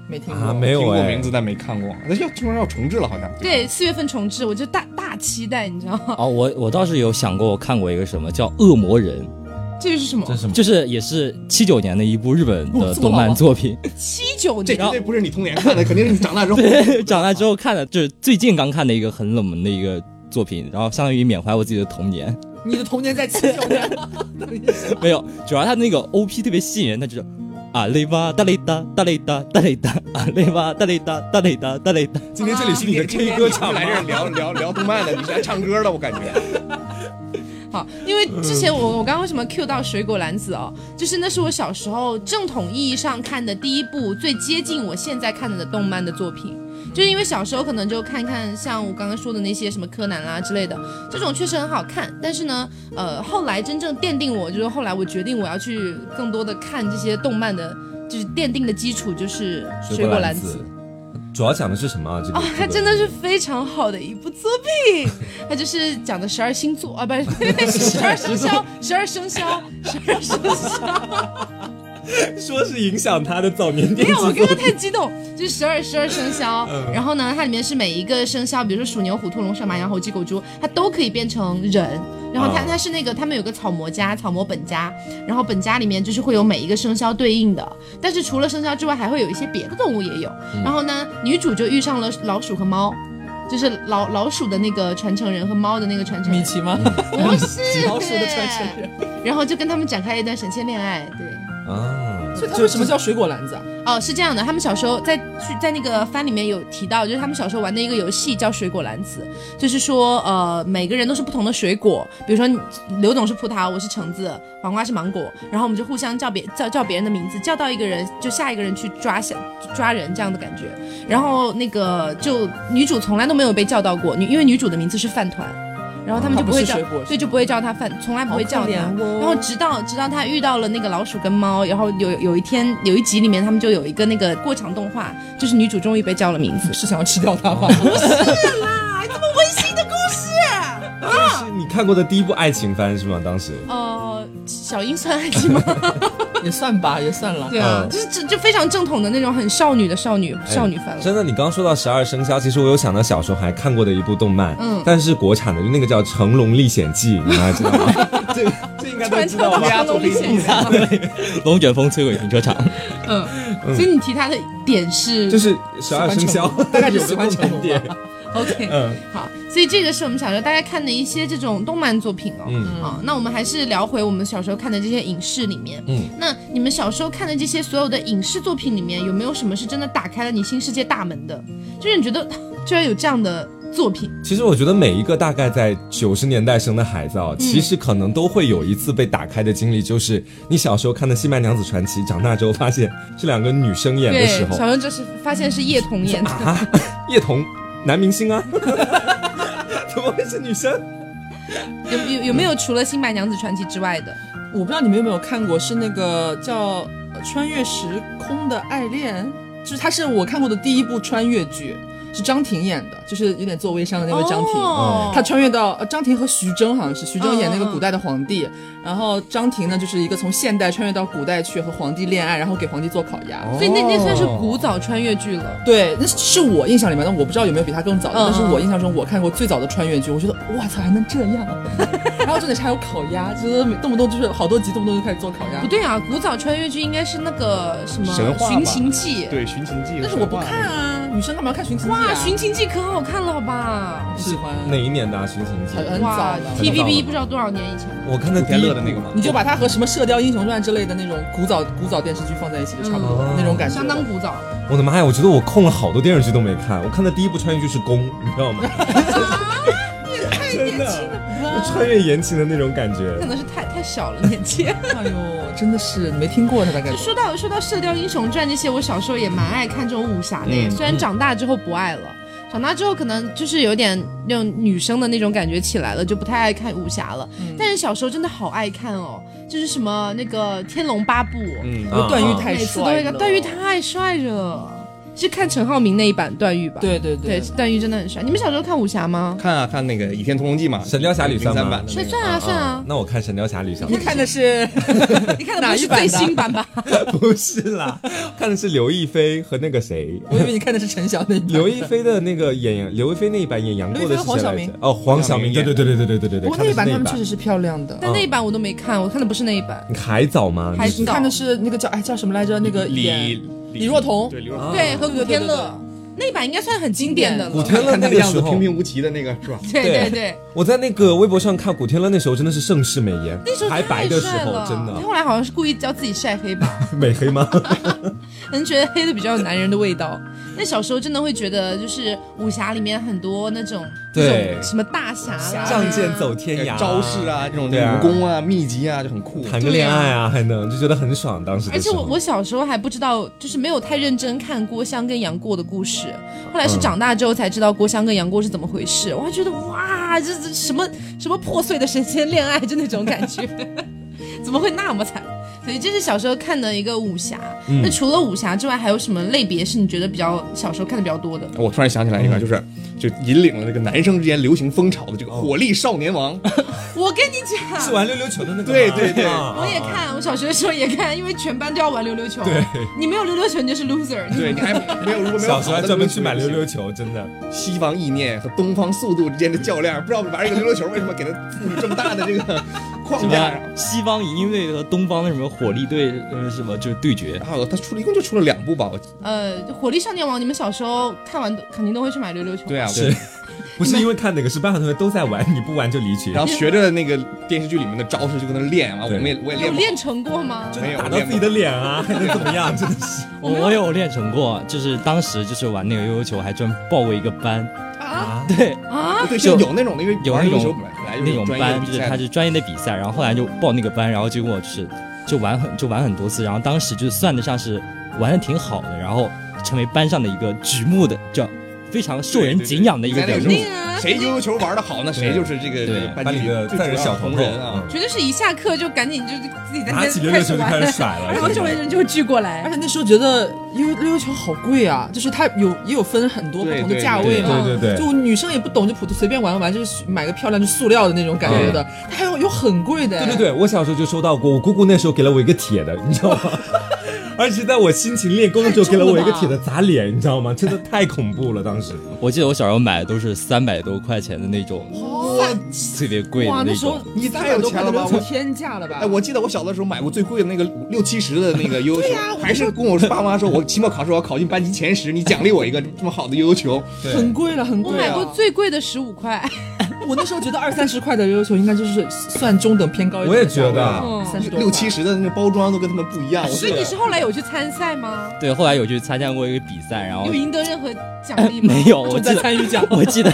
Speaker 3: 没听过
Speaker 2: 啊？没
Speaker 4: 听
Speaker 2: 有
Speaker 4: 过
Speaker 2: 哎，
Speaker 4: 名字但没看过，那要听说要重置了好像。
Speaker 1: 对，四月份重置，我就大大期待，你知道吗？
Speaker 5: 哦，我我倒是有想过，我看过一个什么叫《恶魔人
Speaker 1: 这是什么
Speaker 2: 这？是什》，么？
Speaker 5: 就是也是七九年的一部日本
Speaker 3: 哦
Speaker 5: 的
Speaker 3: 这么
Speaker 5: 动
Speaker 3: 老
Speaker 5: 漫
Speaker 3: 啊
Speaker 5: 作品。
Speaker 1: 七九
Speaker 4: 这
Speaker 1: 年
Speaker 4: 绝对不是你童年看的，肯定是你长大之后。
Speaker 5: 对，长大之后看的，就是最近刚看的一个很冷门的一个作品，然后相当于缅怀我自己的童年。
Speaker 3: 你的童年在七九 年，等一下
Speaker 5: 没有，主要他那个 OP 特别吸引人，他就是啊雷哇哒雷哒哒雷哒哒雷哒啊雷哇哒雷哒哒雷哒哒雷哒，
Speaker 2: 今天这里是你的 K 歌场吗
Speaker 4: 啊来这？儿聊聊聊动漫的，你是来唱歌的，我感觉。
Speaker 1: 好，因为之前我
Speaker 4: 嗯
Speaker 1: 我刚刚为什么 Q 到水果篮子哦，就是那是我小时候正统意义上看的第一部最接近我现在看的动漫的作品，就是因为小时候可能就看看像我刚刚说的那些什么柯南啦、之类的，这种确实很好看，但是呢，呃，后来真正奠定我就是后来我决定我要去更多的看这些动漫的，就是奠定的基础就是水果篮子。，
Speaker 2: 主要讲的是什么啊？这个
Speaker 1: 哦，它
Speaker 2: 这个
Speaker 1: 真的是非常好的一部作品， 它就是讲的十二星座啊，不是十二生肖，十二生肖，十二生肖。
Speaker 2: 说是影响他的早年电
Speaker 1: 没有，我
Speaker 2: 子
Speaker 1: 刚刚太激动，就是十二十二生肖。
Speaker 3: 嗯
Speaker 1: 然后呢，它里面是每一个生肖，比如说鼠、牛、虎、兔、龙、蛇、马、羊、猴、鸡、狗、猪，它都可以变成人。然后它
Speaker 2: 啊
Speaker 1: 它是那个他们有个草魔家、草魔本家，然后本家里面就是会有每一个生肖对应的，但是除了生肖之外，还会有一些别的动物也有。
Speaker 3: 嗯
Speaker 1: 然后呢，女主就遇上了老鼠和猫。就是老老鼠的那个传承人和猫的那个传承
Speaker 3: 米
Speaker 1: 人，
Speaker 3: 奇吗？
Speaker 1: 不是
Speaker 3: 老鼠的传承人。
Speaker 1: 然后就跟他们展开了一段神仙恋爱。对，
Speaker 2: 啊，
Speaker 3: 所以它为什么叫水果篮子啊？
Speaker 1: 哦，是这样的，他们小时候在去在那个番里面有提到，就是他们小时候玩的一个游戏叫水果篮子，就是说呃每个人都是不同的水果，比如说你刘总是葡萄，我是橙子，黄瓜是芒果，然后我们就互相叫别叫叫别人的名字，叫到一个人就下一个人去抓下抓人这样的感觉。然后那个就女主从来都没有被叫到过，女因为女主的名字是饭团。然后他们就
Speaker 3: 哦它不
Speaker 1: 会
Speaker 3: 是
Speaker 1: 叫
Speaker 3: 水果，
Speaker 1: 对，就不会叫他饭，从来不会叫
Speaker 3: 好可
Speaker 1: 他。
Speaker 3: 怜哦
Speaker 1: 然后直到直到他遇到了那个老鼠跟猫，然后有有一天有一集里面他们就有一个那个过场动画，就是女主终于被叫了名字。
Speaker 3: 是想要吃掉它吗？
Speaker 1: 啊，这么温馨的故事。
Speaker 2: 是你看过的第一部爱情番是吗？当时
Speaker 1: 呃，小樱算爱情吗？
Speaker 3: 也算吧，也算了。
Speaker 1: 对啊，
Speaker 2: 嗯
Speaker 1: 就是这就非常正统的那种很少女的少女少女范了。
Speaker 2: 真的，你刚刚说到十二生肖，其实我有想到小时候还看过的一部动漫，
Speaker 1: 嗯
Speaker 2: 但是国产的，就那个叫《成龙历险记》，你们还知道吗？
Speaker 4: 这这应该都
Speaker 1: 传
Speaker 4: 知
Speaker 1: 承
Speaker 4: 道
Speaker 1: 到
Speaker 4: 吧？
Speaker 1: 成龙历险记，
Speaker 5: 龙卷风摧毁停车场，
Speaker 1: 嗯，所以你提他的点是
Speaker 2: 就是十二生肖，
Speaker 3: 大概就喜欢成 龙吧
Speaker 2: 点。
Speaker 1: OK，
Speaker 2: 嗯
Speaker 1: 好，所以这个是我们小时候大家看的一些这种动漫作品哦。
Speaker 2: 嗯
Speaker 1: 好，那我们还是聊回我们小时候看的这些影视里面。
Speaker 2: 嗯，
Speaker 1: 那你们小时候看的这些所有的影视作品里面，有没有什么是真的打开了你新世界大门的？就是你觉得 居然有这样的作品？
Speaker 2: 其实我觉得每一个大概在九十年代生的孩子啊，
Speaker 3: 嗯
Speaker 2: 其实可能都会有一次被打开的经历，就是你小时候看的《新白娘子传奇》，长大之后发现是两个女生演的时候
Speaker 1: 小，时候就是发现是叶童演的，
Speaker 2: 啊，叶童男明星啊， 怎么会是女生？
Speaker 1: 有有有没有除了《新白娘子传奇》之外的？
Speaker 3: 我不知道你们有没有看过，是那个叫呃《穿越时空的爱恋》，就是它是我看过的第一部穿越剧，是张庭演的，就是有点做微商的那位张庭。
Speaker 1: 哦
Speaker 3: 他穿越到呃，张庭和徐峥好像是徐峥演那个
Speaker 1: 嗯嗯嗯
Speaker 3: 古代的皇帝，然后张庭呢就是一个从现代穿越到古代去和皇帝恋爱，然后给皇帝做烤鸭。
Speaker 1: 所以那那算是古早穿越剧了。
Speaker 3: 对，那是我印象里面的，我不知道有没有比他更早的，
Speaker 1: 嗯
Speaker 3: 但是我印象中我看过最早的穿越剧，我觉得哇操还能这样，啊 然后重点是还有烤鸭，就是每动不动就是好多集，动不动就开始做烤鸭
Speaker 1: 不。对啊，古早穿越剧应该是那个什么
Speaker 4: 神
Speaker 1: 《
Speaker 4: 话吧
Speaker 1: 寻秦记》。
Speaker 4: 对《寻秦记》，
Speaker 3: 但是我不看啊，女生干嘛要看寻秦记、啊？
Speaker 1: 哇，《寻秦记》可好看了，好吧？
Speaker 3: 不喜欢，
Speaker 2: 哪一年的啊《寻秦记
Speaker 3: 很》？很
Speaker 1: 哇
Speaker 3: 早的。
Speaker 1: ，TVB 不知道多少年以前了。
Speaker 2: 我看的
Speaker 4: 古
Speaker 2: 第
Speaker 4: 天
Speaker 2: 一
Speaker 4: 乐的那个吗？
Speaker 3: 你就把它和什么《射雕英雄传》之类的那种古早古早电视剧放在一起就差不多、
Speaker 2: 嗯
Speaker 3: 那种感觉。
Speaker 1: 相当古早，
Speaker 2: 我的妈呀！我觉得我空了好多电视剧都没看。我看的第一部穿越剧是《宫》，你知道 吗？ 真的，就穿越言情的那种感觉
Speaker 1: 可。能是太太小了年 纪。
Speaker 3: 哎呦，真的是没听过的大概。
Speaker 1: 说到说到《射雕英雄传》这些，我小时候也蛮爱看这种武侠的耶，
Speaker 2: 嗯
Speaker 1: 虽然长大之后不爱了。长大之后可能就是有点那种女生的那种感觉起来了，就不太爱看武侠了。
Speaker 3: 嗯
Speaker 1: 但是小时候真的好爱看哦，就是什么那个《天龙八部》
Speaker 4: 嗯，
Speaker 2: 啊
Speaker 3: 段誉太
Speaker 1: 每次都
Speaker 3: 帅
Speaker 1: 会
Speaker 3: 了，
Speaker 1: 看，段誉太帅了，是看陈浩民那一版段誉吧？
Speaker 3: 对对
Speaker 1: 对，段誉真的很帅。你们小时候看武侠吗？
Speaker 4: 看啊看那个《倚天屠龙记》嘛，
Speaker 2: 《神雕侠侣》
Speaker 4: 03
Speaker 2: 算
Speaker 4: 版
Speaker 2: 吗
Speaker 4: 的？
Speaker 1: 帅
Speaker 2: 嗯
Speaker 4: 那个
Speaker 1: 算啊算啊，
Speaker 2: 那我看《神雕侠侣》算
Speaker 3: 你
Speaker 2: 吗？
Speaker 3: 看的是
Speaker 1: 你看的
Speaker 3: 哪
Speaker 1: 不
Speaker 3: 一
Speaker 1: 是
Speaker 3: 版
Speaker 1: 最
Speaker 3: 的，
Speaker 1: 新版吧？
Speaker 2: 不是啦，看的是刘亦菲和那个谁
Speaker 3: 我以为你看的是陈晓那版
Speaker 2: 刘亦菲的那个演刘亦菲那一版演杨过的是
Speaker 3: 刘亦菲和
Speaker 2: 谁
Speaker 3: 黄晓
Speaker 2: 来
Speaker 3: 明
Speaker 2: 着？哦，黄晓明，
Speaker 4: 黄晓
Speaker 2: 对
Speaker 4: 明
Speaker 2: 对对对对对对对对，
Speaker 3: 不过
Speaker 2: 看的
Speaker 3: 那一
Speaker 2: 是那
Speaker 3: 版他
Speaker 2: 一
Speaker 3: 们确
Speaker 2: 版
Speaker 3: 实。是漂亮的。
Speaker 1: 但那一版我都没看，我看的不是那一版。
Speaker 2: 你还早吗？
Speaker 1: 还
Speaker 2: 你是
Speaker 1: 早
Speaker 3: 你看的是那个叫哎叫什么来着？那个
Speaker 4: 李
Speaker 3: 演李若彤
Speaker 4: 对李若彤，
Speaker 1: 嗯对，和古天
Speaker 3: 对对
Speaker 1: 乐那一版应该算很经典的
Speaker 2: 古
Speaker 1: 了。
Speaker 2: 天乐
Speaker 4: 看那
Speaker 2: 那
Speaker 4: 个
Speaker 2: 个
Speaker 4: 样
Speaker 2: 时
Speaker 4: 子
Speaker 2: 候
Speaker 4: 平，平无奇的那个是吧？
Speaker 1: 对
Speaker 2: 对
Speaker 1: 对对，
Speaker 2: 我在那个微博上看古天乐那时候真的是盛世美颜，
Speaker 1: 那时候
Speaker 2: 还白的时
Speaker 1: 太帅
Speaker 2: 候
Speaker 1: 了
Speaker 2: 真的
Speaker 1: 他后来好像是故意教自己晒黑吧，
Speaker 2: 美黑吗？
Speaker 1: 可能觉得黑的比较有男人的味道。那小时候真的会觉得，就是武侠里面很多那种
Speaker 2: 对
Speaker 1: 那种什么大侠啊啦，
Speaker 2: 仗剑走天涯，
Speaker 4: 招式，啊，这种
Speaker 2: 对啊
Speaker 4: 武功啊、秘籍啊，就很酷。
Speaker 2: 谈个恋爱啊，还能就觉得很爽。当时的
Speaker 1: 而且我
Speaker 2: 时候
Speaker 1: 我小时候还不知道，就是没有太认真看郭襄跟杨过的故事，后来
Speaker 4: 嗯
Speaker 1: 是长大之后才知道郭襄跟杨过是怎么回事，我还觉得哇，这这 什么什么破碎的神仙恋爱，就那种感觉，怎么会那么惨？所所以这是小时候看的一个武侠。
Speaker 2: 嗯
Speaker 1: 那除了武侠之外，还有什么类别是你觉得比较小时候看的比较多 的？
Speaker 4: 我突然想起来一个，就是就引领了这个男生之间流行风潮的这个火力少年王，
Speaker 1: 我跟你
Speaker 2: 是
Speaker 1: 讲，
Speaker 2: 玩溜溜球的那个吗，
Speaker 4: 对对对
Speaker 2: 啊
Speaker 1: 我也。看，我小学的时候也看，因为全班都要玩溜溜球。对，你没有溜溜球你就是 loser。你
Speaker 4: 对，你还没有如果没有
Speaker 2: 小时候还专门去买溜溜
Speaker 4: 球，
Speaker 2: 球，真的。
Speaker 4: 西方意念和东方速度之间的较量，不知道玩这个溜溜球为什么给它赋予这么大的这个
Speaker 5: 什
Speaker 4: 框架。
Speaker 5: 么西方影音队和东方的什么火力队，呃，什么就是对决，
Speaker 4: 然后他出了一共就出了两部吧，我
Speaker 1: 呃，火力少年王，你们小时候看完都肯定都会去买溜溜球。
Speaker 4: 对啊，我
Speaker 2: 是， 不是因为看那个，是班上同学都在玩，你不玩就离群。
Speaker 4: 然后学着那个电视剧里面的招式就跟那练啊，我
Speaker 2: 对
Speaker 4: 们也我也
Speaker 1: 有
Speaker 4: 练过，
Speaker 1: 练成过吗？
Speaker 4: 没有
Speaker 2: 打到自己的脸啊，还能怎么样？真的是。
Speaker 5: 我我有练成过，就是当时就是玩那个悠悠球，还专报过一个班，
Speaker 2: 啊，
Speaker 5: 对，
Speaker 1: 啊，
Speaker 4: 对，
Speaker 5: 就是
Speaker 4: 有那种的，因为
Speaker 5: 有
Speaker 4: 玩
Speaker 5: 那
Speaker 4: 溜
Speaker 5: 种
Speaker 4: 溜球本来就
Speaker 5: 那种
Speaker 4: 专业的
Speaker 5: 班，
Speaker 4: 比
Speaker 5: 就
Speaker 4: 赛
Speaker 5: 是他是专业的比赛，然后后来就报那个班，然后结果就是就玩很就玩很多次，然后当时就算得上是玩的挺好的，然后成为班上的一个举目的叫非常受人敬仰的一个
Speaker 4: 对
Speaker 5: 人
Speaker 4: 对
Speaker 5: 物
Speaker 4: 对。
Speaker 1: 那个啊
Speaker 4: 谁悠悠球玩的好，那谁就是这个
Speaker 5: 对
Speaker 4: 这个
Speaker 2: 班里的
Speaker 4: 最主
Speaker 2: 暂
Speaker 4: 要
Speaker 2: 时小
Speaker 4: 红
Speaker 2: 头
Speaker 4: 人啊。
Speaker 1: 绝对是一下课就赶紧就是自己在那
Speaker 2: 拿起溜
Speaker 1: 开
Speaker 2: 溜
Speaker 1: 始
Speaker 2: 球就开
Speaker 1: 玩
Speaker 2: 始，甩了。
Speaker 1: 然后周围人就会聚过来
Speaker 3: 而。且那时候觉得，因为溜溜球好贵啊，就是它有也有分很多不同的价
Speaker 2: 对
Speaker 3: 位嘛。
Speaker 2: 对对对，
Speaker 3: 就女生也不懂，就普通随便玩玩，就是买个漂亮就塑料的那种感觉的，它还有有很贵的。
Speaker 2: 对对对，我小时候就收到过，我姑姑那时候给了我一个铁的，你知道 吗？而且在我辛勤练功的时候，给了我一个铁的砸脸，你知道吗？真的太恐怖了，当时。
Speaker 5: 我记得我小时候买的都是三百多块钱的那种，特别贵的
Speaker 3: 哎哇，那时
Speaker 5: 种
Speaker 3: 候。
Speaker 4: 你太有钱了吧
Speaker 3: 我
Speaker 4: 我
Speaker 3: 天价了吧？
Speaker 4: 哎，我记得我小的时候买过最贵的那个五六七十的那个 悠悠球，
Speaker 1: 啊
Speaker 4: 还是跟我爸妈说，我期末考试我要考进班级前十，你奖励我一个这么好的悠悠球。
Speaker 3: 很贵了，很
Speaker 1: 我
Speaker 3: 贵了。
Speaker 4: 啊
Speaker 1: 买过最贵的十五块，
Speaker 3: 我那时候觉得二三十块的溜溜球应该就是算中等偏高一 点。
Speaker 2: 我也觉得啊
Speaker 1: 嗯
Speaker 3: 三十多
Speaker 4: 六七
Speaker 3: 十。
Speaker 4: 十的那个包装都跟他们不一样，我
Speaker 1: 所以你是后来有去参赛吗？
Speaker 5: 对，后来有去参加过一个比赛，然后
Speaker 1: 有赢得任何奖励吗？
Speaker 5: 哦 哎没有，我记
Speaker 3: 在
Speaker 5: 得
Speaker 3: 参与奖
Speaker 5: 我记得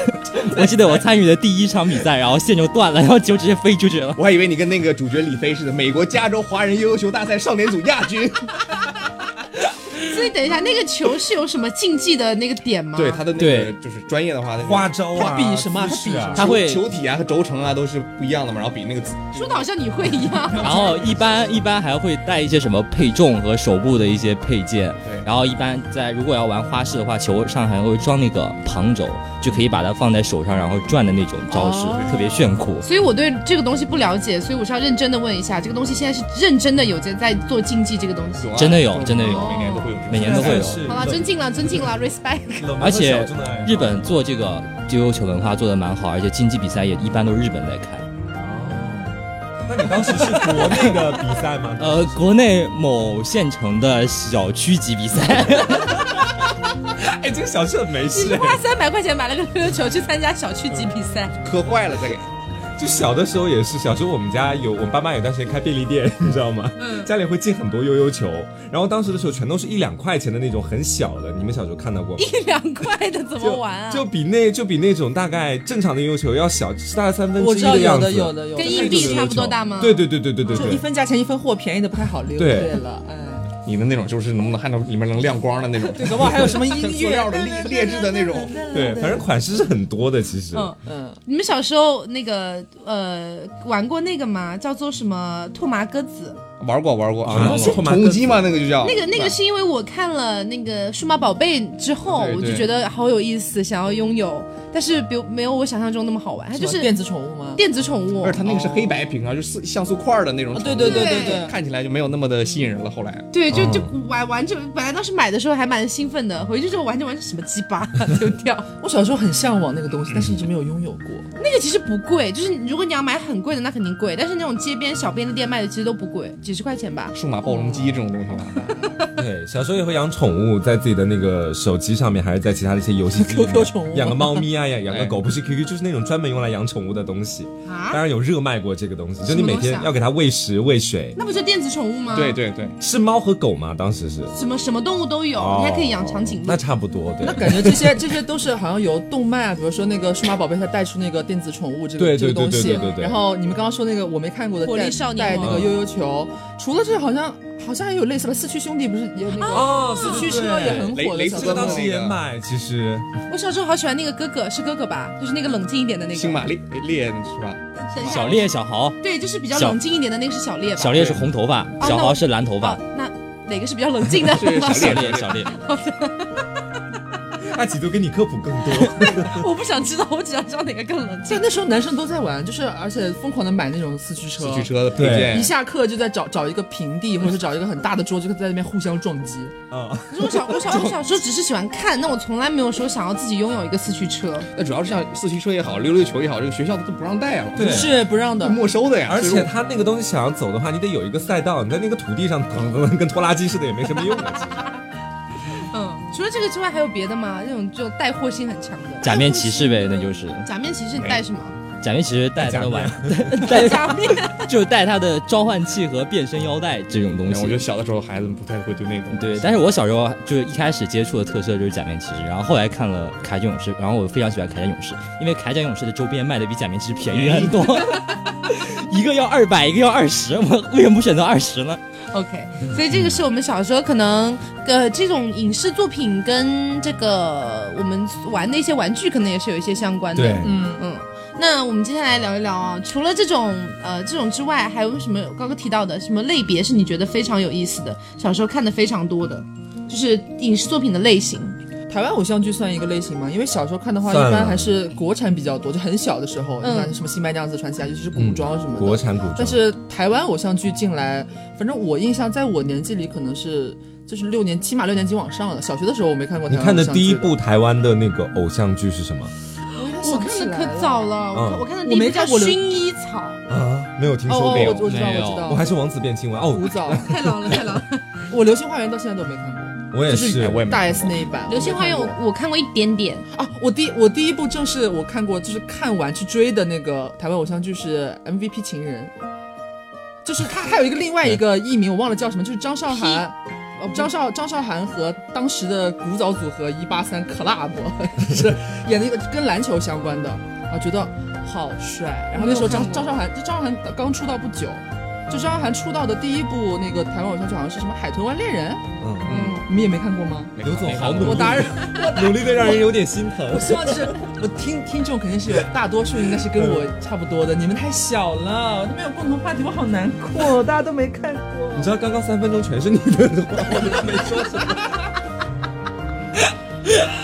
Speaker 5: 我记得我参与的第一场比赛，然后线就断了，然后球直接飞出去了。
Speaker 4: 我还以为你跟那个主角李飞似的，美国加州华人悠悠球大赛少年组亚军。
Speaker 1: 所以等一下，那个球是有什么竞技的那个点吗？
Speaker 4: 对他的那个
Speaker 5: 对
Speaker 4: 就是专业的话，那个
Speaker 2: 花招啊，
Speaker 3: 他比什么
Speaker 2: 姿势啊
Speaker 5: 他比什么他会
Speaker 4: 球体啊和轴承啊都是不一样的嘛，然后比那个
Speaker 1: 说的好像你会一样。
Speaker 5: 然后一般一般还会带一些什么配重和手部的一些配件，
Speaker 4: 对
Speaker 5: 然后一般在如果要玩花式的话，球上还会装那个旁轴，就可以把它放在手上，然后转的那种招式，
Speaker 1: 哦
Speaker 5: 特别炫酷。
Speaker 1: 所以我对这个东西不了解，所以我是要认真的问一下，这个东西现在是认真的有在在做竞技这个东西
Speaker 4: 有。啊
Speaker 5: 真的有真的有
Speaker 4: 每年都会有这种，
Speaker 5: 每年都会有
Speaker 2: 是
Speaker 1: 好了，尊敬了，尊敬了，respect。
Speaker 2: 冷门和
Speaker 5: 而且
Speaker 2: 小众的爱好
Speaker 5: 日本做这个悠悠球文化做的蛮好，而且竞技比赛也一般都是日本在开。
Speaker 2: 哦那你当时是国内的比赛吗？
Speaker 5: 呃，国内某县城的小区级比赛，
Speaker 2: 哎，这个小社没
Speaker 1: 你是
Speaker 2: 事，
Speaker 1: 花三百块钱买了个溜溜球去参加小区级比赛，
Speaker 4: 磕坏了再给。
Speaker 2: 就小的时候也是，小时候我们家有，我们爸妈有段时间开便利店， 你知道吗？
Speaker 1: 嗯
Speaker 2: 家里会进很多悠悠球，然后当时的时候全都是一两块钱的那种很小的，你们小时候看到过吗？
Speaker 1: 一两块的怎么
Speaker 2: 就
Speaker 1: 玩啊？
Speaker 2: 就比那就比那种大概正常的悠悠球要小，大概三分
Speaker 3: 我
Speaker 2: 之一
Speaker 3: 知道有
Speaker 2: 样
Speaker 3: 的
Speaker 2: 子。
Speaker 3: 有的有的，
Speaker 1: 跟硬币差不多大吗？
Speaker 2: 对对对对对对
Speaker 3: 就一
Speaker 2: 对，
Speaker 3: 分价钱一分货，便宜的不太好溜。
Speaker 2: 对
Speaker 3: 了，哎，
Speaker 4: 你的那种就是能不能看到里面能亮光的那种？
Speaker 3: 对，搞不好还有什么音
Speaker 4: 塑
Speaker 3: 乐
Speaker 4: 料的劣劣质的那种。
Speaker 2: 对，反正款式是很多的，其实。
Speaker 1: 嗯，
Speaker 3: 嗯，
Speaker 1: 你们小时候那个呃玩过那个吗？叫做什么拓麻鸽子？
Speaker 4: 玩过玩过
Speaker 2: 啊
Speaker 4: 啊，
Speaker 2: 是后
Speaker 4: 红鸡嘛，那个就叫
Speaker 1: 那个那个是因为我看了那个数码宝贝之后，
Speaker 4: 对对
Speaker 1: 我就觉得好有意思，想要拥有，但是比如没有我想象中那么好玩，它哎就
Speaker 3: 什么
Speaker 1: 是
Speaker 3: 电子宠 物吗？
Speaker 1: 电子宠物
Speaker 4: 不是，。它那个是黑白屏啊，就是四像素块的那种
Speaker 3: 啊
Speaker 4: 程度。
Speaker 3: 对对对
Speaker 1: 对
Speaker 3: 对对，
Speaker 4: 看起来就没有那么的吸引人了。后来
Speaker 1: 对，就
Speaker 2: 哦
Speaker 1: 就玩玩着，本来当时买的时候还蛮兴奋的，回去之后玩着玩着什么鸡巴丢掉。
Speaker 3: 我小时候很向往那个东西，但是一直没有拥有过。
Speaker 1: 那个其实不贵，就是如果你要买很贵的，那肯定贵，但是那种街边小便利店卖的其实都不贵，几十块钱吧。
Speaker 4: 数码暴龙机这种东西嘛，
Speaker 2: 对，小时候也会养宠物，在自己的那个手机上面，还是在其他的一些游戏机 里面
Speaker 3: QQ 宠物
Speaker 2: 养个猫咪 啊，养养
Speaker 1: 哎
Speaker 2: 个狗，不是 QQ，就是那种专门用来养宠物的东西。
Speaker 1: 啊
Speaker 2: 当然有热卖过这个东西，就
Speaker 1: 什
Speaker 2: 你
Speaker 1: 么
Speaker 2: 每
Speaker 1: 东西
Speaker 2: 天
Speaker 1: 啊
Speaker 2: 要给它喂食喂水，
Speaker 1: 那不就电子宠物吗？
Speaker 4: 对，对对，
Speaker 2: 是猫和狗吗？当时是，
Speaker 1: 什么什么动物都有，
Speaker 5: 哦
Speaker 1: 你还可以养长颈鹿
Speaker 2: 那。差不多对
Speaker 3: 那。感觉这些这些都是好像由动漫啊，比如说那个数码宝贝，它带出那个电子宠物这个
Speaker 2: 对
Speaker 3: 这
Speaker 2: 对对
Speaker 3: 个东
Speaker 2: 对
Speaker 3: 西。
Speaker 2: 对对对。
Speaker 3: 然后你们刚刚说那个我没看过的
Speaker 1: 火力
Speaker 3: 带
Speaker 1: 少年
Speaker 3: 带那
Speaker 1: 王
Speaker 3: 个悠悠球，除了这好像好像还有类似的四驱兄弟，不是也有那个
Speaker 2: 哦，
Speaker 3: 四驱车也很火的
Speaker 4: 雷
Speaker 3: 小
Speaker 2: 这个
Speaker 3: 时
Speaker 2: 当
Speaker 3: 候
Speaker 2: 时也买，其实
Speaker 1: 我小时候好喜欢那个哥哥，是哥哥吧？就是那个冷静一点的那个。
Speaker 4: 星马烈烈是吧？
Speaker 1: 等一下
Speaker 5: 小烈、小豪，
Speaker 1: 对，就是比较
Speaker 5: 小
Speaker 1: 冷静一点的那个是小烈吧？
Speaker 5: 小烈是红头发，小豪是蓝头发
Speaker 1: 哦。，那哪个是比较冷 静的？
Speaker 4: 是小
Speaker 5: 小
Speaker 4: 烈
Speaker 5: 烈，小烈，
Speaker 2: 阿奇都给你科普更 多。
Speaker 1: 我不想知道，我只想知道哪个更冷静
Speaker 3: 但。那时候男生都在玩，就是而且疯狂的买那种四驱车，
Speaker 4: 四驱车的配件
Speaker 3: 一，下课就在找找一个平地，或者是找一个很大的桌子，就在那边互相撞击。
Speaker 2: 啊，
Speaker 1: 可是我小我小我小时候只是喜欢看，那我从来没有说想要自己拥有一个四驱车。
Speaker 4: 那主要是像四驱车也好，溜溜球也好，这个学校都不让带啊，
Speaker 2: 对
Speaker 3: 是不让
Speaker 4: 都
Speaker 3: 的，
Speaker 4: 没收的呀。
Speaker 2: 而
Speaker 4: 所以
Speaker 2: 且
Speaker 4: 说
Speaker 2: 他那个东西想要走的话，你得有一个赛道，你在那个土地上噔噔噔，跟拖拉机似的也没什么用啊。其实
Speaker 1: 嗯，除了这个之外还有别的吗？那种就带货性很强的
Speaker 5: 假面骑士呗，那就是
Speaker 1: 假面骑士，你带什么？
Speaker 5: 假面骑士带他的玩，
Speaker 1: 假面
Speaker 5: 就带他的召唤器和变身腰带这种东
Speaker 4: 我觉得
Speaker 5: 西。
Speaker 4: 小的时候孩子们不太会对那种，
Speaker 5: 对，但是我小时候就是一开始接触的特色就是假面骑士，然后后来看了铠甲勇士，然后我非常喜欢铠甲勇士，因为铠甲勇士的周边卖的比假面骑士便 宜很多，一个要二百，一个要二十，我为什么不选择二十呢？
Speaker 1: OK，所以这个是我们小时候可能呃这种影视作品跟这个我们玩的一些玩具可能也是有一些相关的。
Speaker 2: 对，
Speaker 3: 嗯，
Speaker 1: 嗯，那我们接下来聊一聊啊，除了这种呃这种之外，还有什么刚刚提到的什么类别是你觉得非常有意思的，小时候看的非常多的，就是影视作品的类型。
Speaker 3: 台湾偶像剧算一个类型吗？因为小时候看的话，一
Speaker 2: 算啊
Speaker 3: 般还是国产比较多，就很小的时候，
Speaker 1: 嗯
Speaker 3: 你看什么《新白娘子传奇》啊，尤其是古装什么的。
Speaker 2: 国产古装。
Speaker 3: 但是台湾偶像剧进来，反正我印象在我年纪里可能是就是六年，起码六年级往上了。小学的时候我没看过台
Speaker 2: 你
Speaker 3: 湾
Speaker 2: 看
Speaker 3: 偶
Speaker 2: 的
Speaker 3: 像剧。
Speaker 2: 第一，部台湾的那个偶像剧是什么
Speaker 1: 我看的可早了，我看
Speaker 2: 嗯
Speaker 1: 我看的第一部
Speaker 3: 我没
Speaker 1: 叫
Speaker 3: 看
Speaker 1: 《
Speaker 3: 过
Speaker 1: 薰
Speaker 3: 流
Speaker 1: 衣草
Speaker 2: 啊？没有听
Speaker 3: 哦
Speaker 2: 说
Speaker 3: 哦，
Speaker 2: 过。
Speaker 3: 我我知道
Speaker 5: 没有
Speaker 3: 我知
Speaker 2: 我还
Speaker 3: 道，
Speaker 2: 是王子变青蛙哦，
Speaker 3: 古早，》，
Speaker 1: 太老了，太老了。
Speaker 3: 我《流星花园》到现在都没看过，
Speaker 2: 我也
Speaker 3: 就是
Speaker 4: 哎，我也没
Speaker 3: 大
Speaker 4: 看
Speaker 3: S
Speaker 4: 过
Speaker 3: 那一版
Speaker 1: 《
Speaker 3: 《
Speaker 1: 流星花园》
Speaker 3: 我没看过
Speaker 1: 我我看过一点点，
Speaker 3: 啊，我第我第一部正是我看过，就是看完去追的那个台湾偶像剧是《MVP 情人》，就是他还有一个另外一个艺名我忘了叫什么，就是张韶涵，哦张韶张韶涵和当时的古早组合一八三 club 是演的一个跟篮球相关的啊，觉得好帅。然后那时候张
Speaker 1: 我没有看过
Speaker 3: 张韶涵，就张韶涵刚出道不久，就张韶涵出道的第一部那个台湾偶像剧好像是什么《海豚湾恋人》，
Speaker 2: 嗯嗯，
Speaker 1: 嗯，
Speaker 3: 你们也没看过吗？
Speaker 4: 没看
Speaker 2: 刘
Speaker 4: 过
Speaker 2: 总好努力，
Speaker 3: 我打扰。
Speaker 2: 努力的让人有点心疼
Speaker 3: 我。希望就是我听听众肯定是有大多数应该是跟我差不多的，你们太小了，都没有共同话题，我好难过，大家都没看过。
Speaker 2: 你知道刚刚三分钟全是你的话，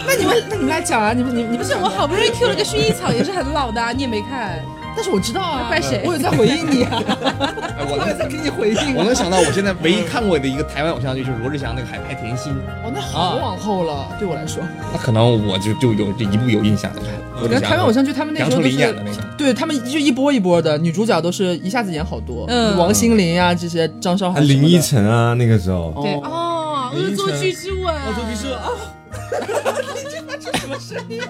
Speaker 3: 那你们那你们来讲啊，你们你们你们
Speaker 1: 不是我好不容易 Q 了个薰衣草，也是很老的啊，你也没看。
Speaker 3: 但是我知道啊，
Speaker 1: 怪谁
Speaker 3: 我有在回应你啊，
Speaker 4: 哎，我
Speaker 3: 我有
Speaker 4: 能
Speaker 3: 在给你回应、啊。
Speaker 4: 我能想到，我现在唯一看过的一个台湾偶像剧就是罗志祥那个《海派甜心》，
Speaker 3: 哦，那好往后了，对我来说，
Speaker 4: 那可能我就就有这一部有印象了。罗
Speaker 3: 我
Speaker 4: 志
Speaker 3: 觉得
Speaker 4: 祥
Speaker 3: 台湾偶像剧他们那
Speaker 4: 杨
Speaker 3: 时候
Speaker 4: 丞
Speaker 3: 都
Speaker 4: 琳演的
Speaker 3: 是，
Speaker 4: 那个，
Speaker 3: 对他们就一波一波的，女主角都是一下子演好多，
Speaker 1: 嗯
Speaker 3: 王心凌啊这些，张韶涵什么的，
Speaker 2: 林依晨啊，那个时候
Speaker 3: 哦，
Speaker 1: 对哦，
Speaker 2: 林
Speaker 1: 恶
Speaker 2: 依晨
Speaker 1: 作剧之吻，恶
Speaker 2: 作剧之吻啊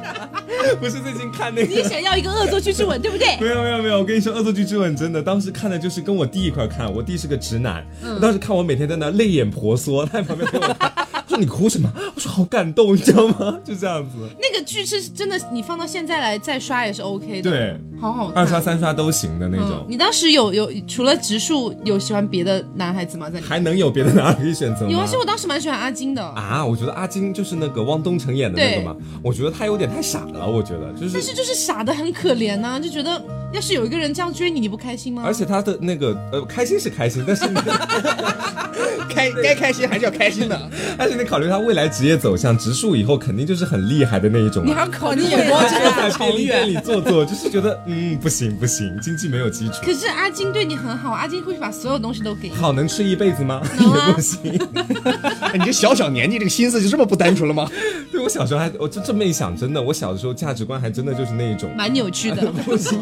Speaker 2: 不是最近看那
Speaker 1: 你也。想要一个恶作剧之吻，对不对？
Speaker 2: 没有没有没有，我跟你说，《恶作剧之吻》真的，当时看的就是跟我弟一块儿看，我弟是个直男，
Speaker 1: 嗯
Speaker 2: 当时看我每天在那泪眼婆娑，他在旁边陪我 看，说你哭什么？我说好感动，你知道吗？ 就这样子，
Speaker 1: 那个剧是真的，你放到现在来再刷也是 OK 的，，
Speaker 2: 对，
Speaker 1: 好好看。
Speaker 2: 二刷三刷都行的那
Speaker 1: 嗯，
Speaker 2: 种，
Speaker 1: 你当时有有除了植树有喜欢别的男孩子吗？在里面
Speaker 2: 还能有别的哪可以选择吗？
Speaker 1: 有啊，其实我当时蛮喜欢阿金的，
Speaker 2: 啊，我觉得阿金就是那个汪东城演的那个嘛，我觉得他有点太傻了，我觉得就
Speaker 1: 但是
Speaker 2: 是，
Speaker 1: 就是傻的很可怜啊呐、就觉得要是有一个人这样追你，你不开心吗？
Speaker 2: 而且他的那个呃开心是开心，但是你
Speaker 4: 开该开心还是要开心的。
Speaker 2: 但是你考虑他未来职业走向，植树以后肯定就是很厉害的那一种
Speaker 1: 你
Speaker 2: 啊。
Speaker 1: 还要考虑
Speaker 3: 你
Speaker 1: 未
Speaker 3: 眼光
Speaker 1: 来
Speaker 3: 真的
Speaker 2: 在
Speaker 3: 很
Speaker 2: 便
Speaker 3: 长
Speaker 2: 利店
Speaker 3: 远。
Speaker 2: 里坐坐，就是觉得嗯不行不行，经济没有基 础，
Speaker 1: 可是阿金对你很好，阿金会把所有东西都给你。
Speaker 2: 好能吃一辈子吗？
Speaker 1: 能啊
Speaker 2: 也不行。
Speaker 4: 哎 你这小小年纪，这个心思就这么不单纯了吗？
Speaker 2: 对我小时候还我就这么一想，真的，我小的时候价值观还真的就是那一 种，
Speaker 1: 蛮扭 曲的，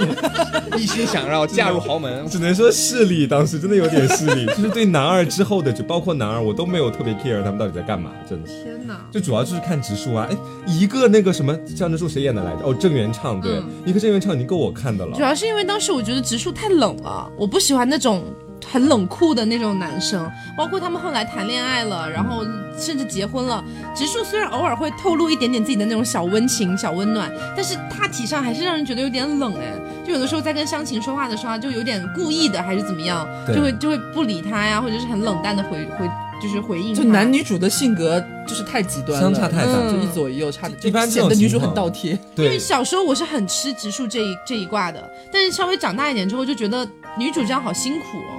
Speaker 4: 一心想要嫁入豪门，
Speaker 2: 只能说势力，当时真的有点势力， 就是对男二之后的，就包括男二，我都没有特别 care 他们到底在干嘛，真的是。
Speaker 1: 天哪！
Speaker 2: 就主要就是看植树啊，哎，一个那个什么江直树谁演的来着？哦，郑元畅，对，
Speaker 1: 嗯
Speaker 2: 一个郑元畅已经够我看的了
Speaker 1: 主。要是啊因为当时我觉得植树太冷了，我不喜欢那种很冷酷的那种男生，包括他们后来谈恋爱了，然后甚至结婚了。植树虽然偶尔会透露一点点自己的那种小温情、小温暖，但是大体上还是让人觉得有点冷哎。就有的时候在跟湘琴说话的时候啊，就有点故意的，还是怎么样，
Speaker 2: 对
Speaker 1: 就会就会不理他呀，或者是很冷淡的回回就是回应他，
Speaker 3: 就男女主的性格就是太极端了，
Speaker 2: 相差太大
Speaker 1: 嗯
Speaker 3: 就一左一右差的，就
Speaker 2: 一般这
Speaker 3: 显
Speaker 2: 种
Speaker 3: 得女
Speaker 2: 情
Speaker 3: 主很
Speaker 2: 况
Speaker 3: 倒贴。
Speaker 1: 因为
Speaker 2: 对，
Speaker 1: 小时候我是很吃直树这一这一挂的，但是稍微长大一点之后就觉得女主这样好辛苦哦，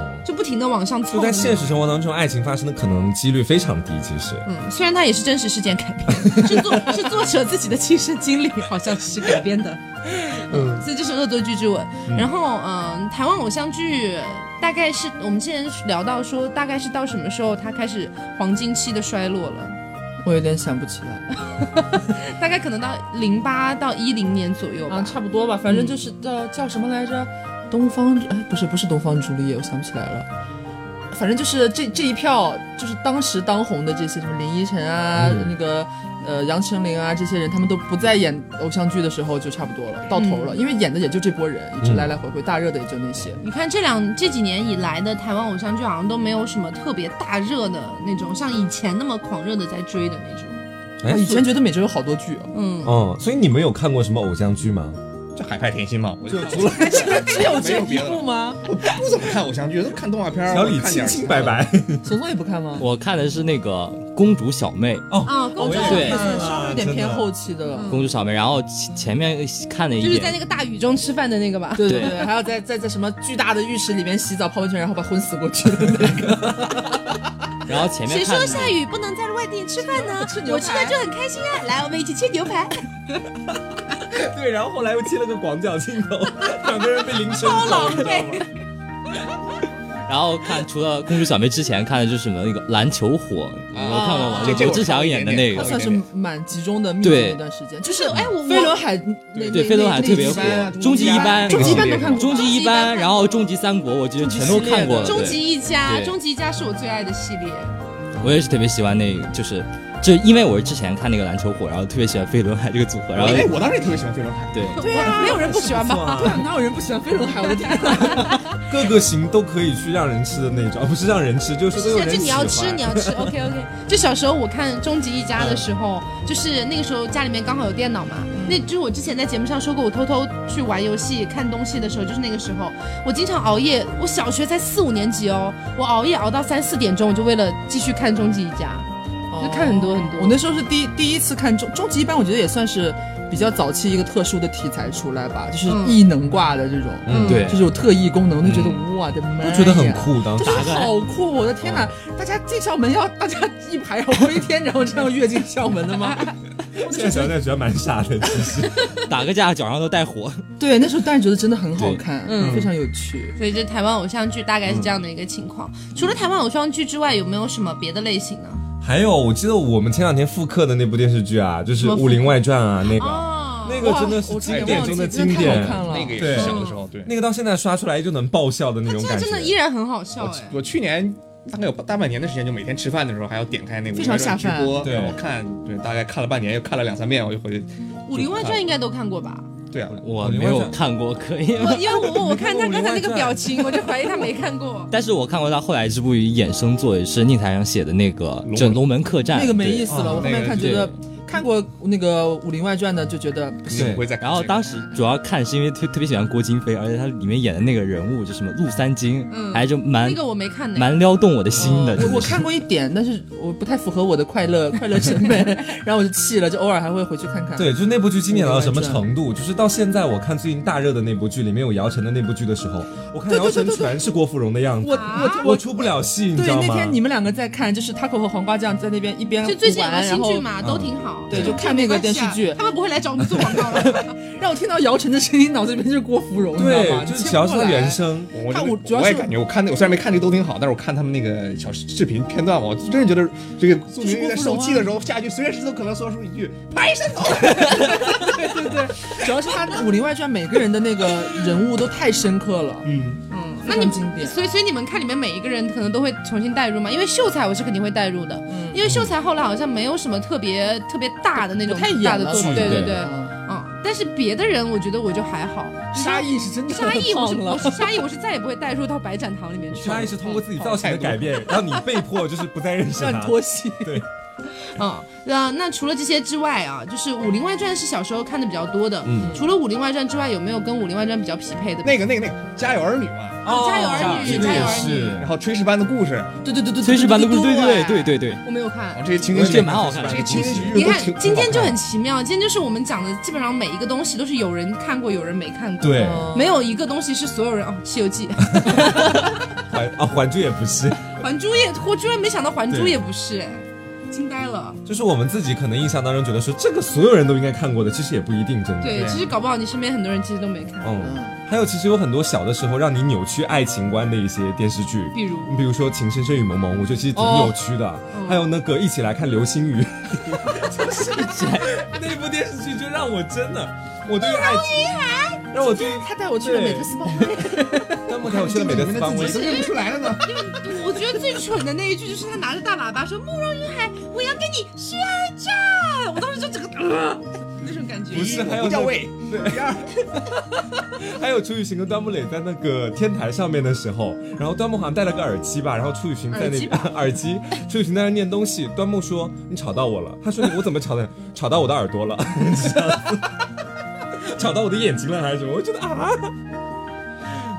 Speaker 2: 嗯，
Speaker 1: 就不停的往上凑。
Speaker 2: 就在现实生活当中，爱情发生的可能几率非常低，其实。
Speaker 1: 嗯，虽然它也是真实事件改编， 是作是作者自己的亲身经历，好像是改编 的。嗯，所以这是《恶作剧之吻》然后，嗯，台湾偶像剧大概是我们之前聊到说，大概是到什么时候它开始黄金期的衰落了？
Speaker 3: 我有点想不起来
Speaker 1: 大概可能到零八到一零年左右吧。
Speaker 3: 啊，差不多吧，反正就是叫叫什么来着？东方哎，不是不是东方朱丽叶，我想不起来了。反正就是这这一票，就是当时当红的这些什么林依晨啊，那个呃杨丞琳啊，这些人他们都不再演偶像剧的时候就差不多了，到头了，因为演的也就这波人，一直来来回回大热的也就那些。
Speaker 1: 你看这两这几年以来的台湾偶像剧，好像都没有什么特别大热的那种，像以前那么狂热的在追的那种。
Speaker 2: 哎
Speaker 1: 哦
Speaker 3: 我以前觉得每周有好多剧哦，
Speaker 1: 嗯，
Speaker 2: 嗯，所以你们有看过什么偶像剧吗？
Speaker 4: 就海派甜心嘛，我就
Speaker 2: 就
Speaker 4: 除了
Speaker 3: 只有
Speaker 4: 没
Speaker 3: 这
Speaker 4: 有
Speaker 3: 一
Speaker 4: 别的
Speaker 3: 部
Speaker 4: 了。
Speaker 3: 吗？
Speaker 4: 我不怎么看偶像剧，都看动画片
Speaker 1: 哎
Speaker 4: 儿。
Speaker 2: 小李
Speaker 4: 我看
Speaker 2: 清
Speaker 4: 点儿
Speaker 2: 清 白。白，
Speaker 3: 怂怂也不看吗？
Speaker 5: 我看的是那个公主小妹，
Speaker 1: 啊，跟我
Speaker 5: 也
Speaker 1: 说
Speaker 5: 对
Speaker 3: 嗯稍微有点偏后
Speaker 2: 期。
Speaker 3: 期的嗯了。
Speaker 5: 公主小妹，然后前前面看了一
Speaker 1: 就是
Speaker 5: 眼，
Speaker 1: 在那个大雨中吃饭的那个吧。
Speaker 3: 对
Speaker 5: 对
Speaker 3: 对对，还有在在在什么巨大的浴池里面洗澡泡温泉，然后把昏死过去的那个，
Speaker 5: 然后前面
Speaker 1: 谁
Speaker 5: 看
Speaker 1: 说
Speaker 5: 的
Speaker 1: 下雨不能在外地 吃饭呢？
Speaker 3: 牛排
Speaker 1: 我吃了就很开心 啊！来，我们一起切牛排，
Speaker 2: 对，然后后来又切了个广角镜头，两个人被淋成狗，你知道吗？
Speaker 5: 然后看除了公主小妹之前看的就是什么那个篮球火，有没有看过吗？
Speaker 4: 这
Speaker 5: 就罗志祥演的那
Speaker 4: 这
Speaker 5: 个
Speaker 4: 我看过一点点，
Speaker 3: 算是蛮集中的密集
Speaker 5: 对
Speaker 3: 的一段时间。就是
Speaker 1: 哎我
Speaker 3: 飞轮海那啊
Speaker 5: 对飞轮海特别火， 终极一班，
Speaker 4: 啊终极一
Speaker 3: 班没看过
Speaker 5: 终极一班，然后终极三国，我记得全都看过了。
Speaker 1: 终
Speaker 5: 对
Speaker 1: 极一家，
Speaker 5: 对
Speaker 1: 终极一家是我最爱的系列。
Speaker 5: 我也是特别喜欢那个，就是就因为我是之前看那个篮球火，然后特别喜欢飞轮海这个组合，然后
Speaker 4: 哎，我当时也特别喜欢飞轮海。
Speaker 5: 对
Speaker 1: 对啊，没有人不喜 欢吧？
Speaker 3: 对啊，哪有人不喜欢飞轮海？我的 天哪！
Speaker 2: 各个型都可以去让人吃的那种，啊，不是让人吃，就是都有人
Speaker 1: 就你要吃，你
Speaker 2: 要
Speaker 1: 要吃。OK OK。就小时候我看《终极一家》的时候，就是那个时候家里面刚好有电脑嘛，那就是我之前在节目上说过，我偷偷去玩游戏、看东西的时候，就是那个时候，我经常熬夜。我小学才四五年级哦，我熬夜熬到三四点钟，我就为了继续看《终极一家》。就看很多很多
Speaker 3: 哦我那时候是第第一次看终终极一班，我觉得也算是比较早期一个特殊的题材出来吧，就是
Speaker 1: 嗯
Speaker 3: 异能挂的这种，
Speaker 1: 嗯
Speaker 5: 对嗯
Speaker 3: 就是有特异功能，我就觉得我的妈
Speaker 2: 都
Speaker 3: 呀，
Speaker 2: 觉得很酷。当
Speaker 3: 就
Speaker 2: 时
Speaker 3: 是好酷！我的天哪，
Speaker 5: 嗯
Speaker 3: 大家进校门要大家一排要飞天，然后这样跃进校门的 吗？
Speaker 2: 现在想想觉得蛮傻的，其 实。
Speaker 5: 打个架脚上都带火。
Speaker 3: 对，那时候但是觉得真的很好看，
Speaker 1: 嗯
Speaker 3: 非常有趣。
Speaker 1: 所以这台湾偶像剧大概是这样的一个情况。除了台湾偶像剧之外，有没有什么别的类型呢？
Speaker 2: 还有，我记得我们前两天复刻的那部电视剧啊，就是
Speaker 1: 么
Speaker 2: 《
Speaker 1: 复
Speaker 2: 武林外传》啊，那个
Speaker 1: 哦，
Speaker 2: 那个真的
Speaker 3: 哇
Speaker 2: 是
Speaker 3: 我真
Speaker 2: 经
Speaker 3: 的忘
Speaker 2: 典
Speaker 3: 记
Speaker 2: 中的
Speaker 3: 真的
Speaker 2: 经
Speaker 3: 太
Speaker 2: 典
Speaker 3: 好，看了
Speaker 4: 那个也
Speaker 2: 对
Speaker 4: 是小的时候，对。
Speaker 2: 那个到现在刷出来就能爆笑的那种
Speaker 1: 现在
Speaker 2: 感觉
Speaker 1: 真。的依然很好笑哎。
Speaker 4: 我去年大概有大半年的时间，就每天吃饭的时候还要点开那个
Speaker 3: 非常
Speaker 4: 微软
Speaker 3: 下饭
Speaker 4: 直播，
Speaker 2: 对
Speaker 4: 然后看，对，大概看了半年，又看了两三遍，我就回去。
Speaker 1: 《武林外传》应该都看过吧？
Speaker 4: 对啊，
Speaker 5: 我没有看过，可以 吗
Speaker 1: 我？因为我我看他刚才那个表情，我就怀疑他没看过。
Speaker 5: 但是我看过他后来这部衍生作也是宁采臣写的那个《整龙门客栈》，
Speaker 3: 那个没
Speaker 5: 对
Speaker 3: 意思了，我后面看觉得看过那个《武林外传》的就觉得不行。
Speaker 2: 对
Speaker 4: 不会再看这个。
Speaker 5: 然后当时主要看是因为特特别喜欢郭京飞，而且他里面演的那个人物就什么陆三金，
Speaker 1: 嗯
Speaker 5: 还就蛮、
Speaker 1: 那个我没哦看呢。
Speaker 5: 蛮撩动我的心的。真的
Speaker 3: 我我
Speaker 5: 是
Speaker 3: 看过一点，但是我不太符合我的快乐快乐审美，然后我就弃了，就偶尔还会回去看看。
Speaker 2: 对，就是那部剧经典到什么程度？就是到现在我看最近大热的那部剧，里面有姚晨的那部剧的时候，我看
Speaker 3: 对对
Speaker 2: 姚
Speaker 3: 对
Speaker 2: 晨
Speaker 3: 对对
Speaker 2: 全是郭芙蓉的样子，
Speaker 3: 我
Speaker 1: 啊
Speaker 3: 我
Speaker 2: 我
Speaker 3: 我
Speaker 2: 出不了戏，你知
Speaker 3: 对
Speaker 2: 道
Speaker 3: 那
Speaker 2: 吗？
Speaker 3: 天你们两个在看，就是 Taco 和黄瓜酱在那边一边
Speaker 1: 就最近有个
Speaker 3: 玩，然
Speaker 1: 新剧
Speaker 3: 后
Speaker 1: 嘛，
Speaker 2: 嗯
Speaker 1: 都挺好。
Speaker 3: 对就看那个电视
Speaker 1: 没关
Speaker 3: 剧
Speaker 1: 系啊他们不会来找我们做广告啊 了。
Speaker 3: 让我听到姚晨的声音，脑子里面就是郭芙蓉，你知道
Speaker 2: 对，
Speaker 3: 吗？
Speaker 2: 就是
Speaker 3: 你切
Speaker 2: 乔
Speaker 3: 不
Speaker 2: 治
Speaker 3: 过
Speaker 2: 的
Speaker 3: 来
Speaker 2: 原声。
Speaker 4: 我
Speaker 3: 看
Speaker 4: 我
Speaker 3: 我主要
Speaker 4: 我也
Speaker 3: 是
Speaker 4: 感觉，我看那我虽然没看这个都挺好，但是我看他们那个小视视频片段嘛，我真的觉得这个宋
Speaker 3: 是
Speaker 4: 宁玉在
Speaker 3: 郭芙
Speaker 4: 受
Speaker 3: 蓉
Speaker 4: 气
Speaker 3: 啊
Speaker 4: 的时候，下一句随时都可能说出一句“拍山头
Speaker 3: 对对对，主要是他《武林外传》每个人的那个人物都太深刻了，
Speaker 1: 嗯，那
Speaker 3: 非
Speaker 1: 你
Speaker 3: 常经典。
Speaker 1: 所以所以你们看里面每一个人可能都会重新代入嘛，因为秀才我是肯定会代入的，
Speaker 3: 嗯
Speaker 1: 因为秀才后来好像没有什么特别特别大的那种
Speaker 3: 不太演
Speaker 1: 大的
Speaker 3: 了
Speaker 1: 作品，
Speaker 5: 剧
Speaker 1: 对对
Speaker 5: 对
Speaker 1: 对，嗯，但是别的人我觉得我就还好，
Speaker 3: 沙溢是真的
Speaker 1: 沙溢我是
Speaker 3: 胖
Speaker 1: 我
Speaker 3: 了，
Speaker 1: 是沙溢我是再也不会带入到白展堂里面去。
Speaker 2: 沙溢是通过自己造型的改变，让你被迫就是不再认识
Speaker 3: 让
Speaker 2: 他
Speaker 3: 你。脱戏。
Speaker 1: 嗯，那那除了这些之外啊，就是《武林外传》是小时候看的比较多的。
Speaker 2: 嗯
Speaker 1: 除了《武林外传》之外，有没有跟《武林外传》比较匹配的？
Speaker 4: 那个那个那个家有儿女嘛，
Speaker 1: 哦家有儿女，
Speaker 2: 这个
Speaker 1: 家有
Speaker 2: 也
Speaker 1: 儿女，
Speaker 2: 是
Speaker 4: 然。后炊事班的故事，
Speaker 3: 对对对对，
Speaker 5: 炊事班的故事，对对
Speaker 3: 对
Speaker 5: 对对对，
Speaker 1: 我没有
Speaker 4: 啊
Speaker 1: 看。
Speaker 4: 这些情景
Speaker 5: 我觉
Speaker 4: 剧
Speaker 5: 得蛮好看的
Speaker 4: 这些情景剧
Speaker 1: 你
Speaker 4: 都
Speaker 1: 看
Speaker 4: 挺，
Speaker 1: 今天就很
Speaker 4: 挺
Speaker 1: 奇妙，今天就是我们讲的，基本上每一个东西都是有人看过，有人没看过，
Speaker 2: 对，
Speaker 3: 哦
Speaker 1: 没有一个东西是所有人哦，《西游记》
Speaker 2: 还啊，还珠也不是，
Speaker 1: 《还珠》也，我居然没想到《还珠》
Speaker 2: 对
Speaker 1: 也不是，哎，惊呆了。
Speaker 2: 就是我们自己可能印象当中觉得说这个所有人都应该看过的，其实也不一定真的。
Speaker 1: 对，其实搞不好你身边很多人其实都没看，
Speaker 2: 嗯，还有其实有很多小的时候让你扭曲爱情观的一些电视剧，
Speaker 1: 比如
Speaker 2: 你比如说《情深深雨蒙蒙》，我觉得其实挺
Speaker 1: 哦
Speaker 2: 扭曲的。还有那个一起来看流星雨， 就是那部电视剧就让我真的，我对于爱情，让我对于
Speaker 3: 他带我去了美特斯邦威，
Speaker 2: 端木台我去了美的斯邦威
Speaker 4: 你，都认不出来了呢。
Speaker 1: 我觉得最蠢的那一句就是他拿着大喇叭说：“慕容云海，我要跟你示爱战。”我当时就整个、呃、那种感觉。
Speaker 2: 不是还有
Speaker 4: 不叫
Speaker 2: 那个
Speaker 4: 喂，第二
Speaker 2: 还有楚雨荨跟端木磊在那个天台上面的时候，然后端木好像戴了个耳机吧，然后楚雨荨在那边 耳机，楚雨荨在那念东西，端木说你吵到我了，他说你我怎么吵的？吵到我的耳朵了， 这样子吵到我的眼睛了还是什么？我觉得啊，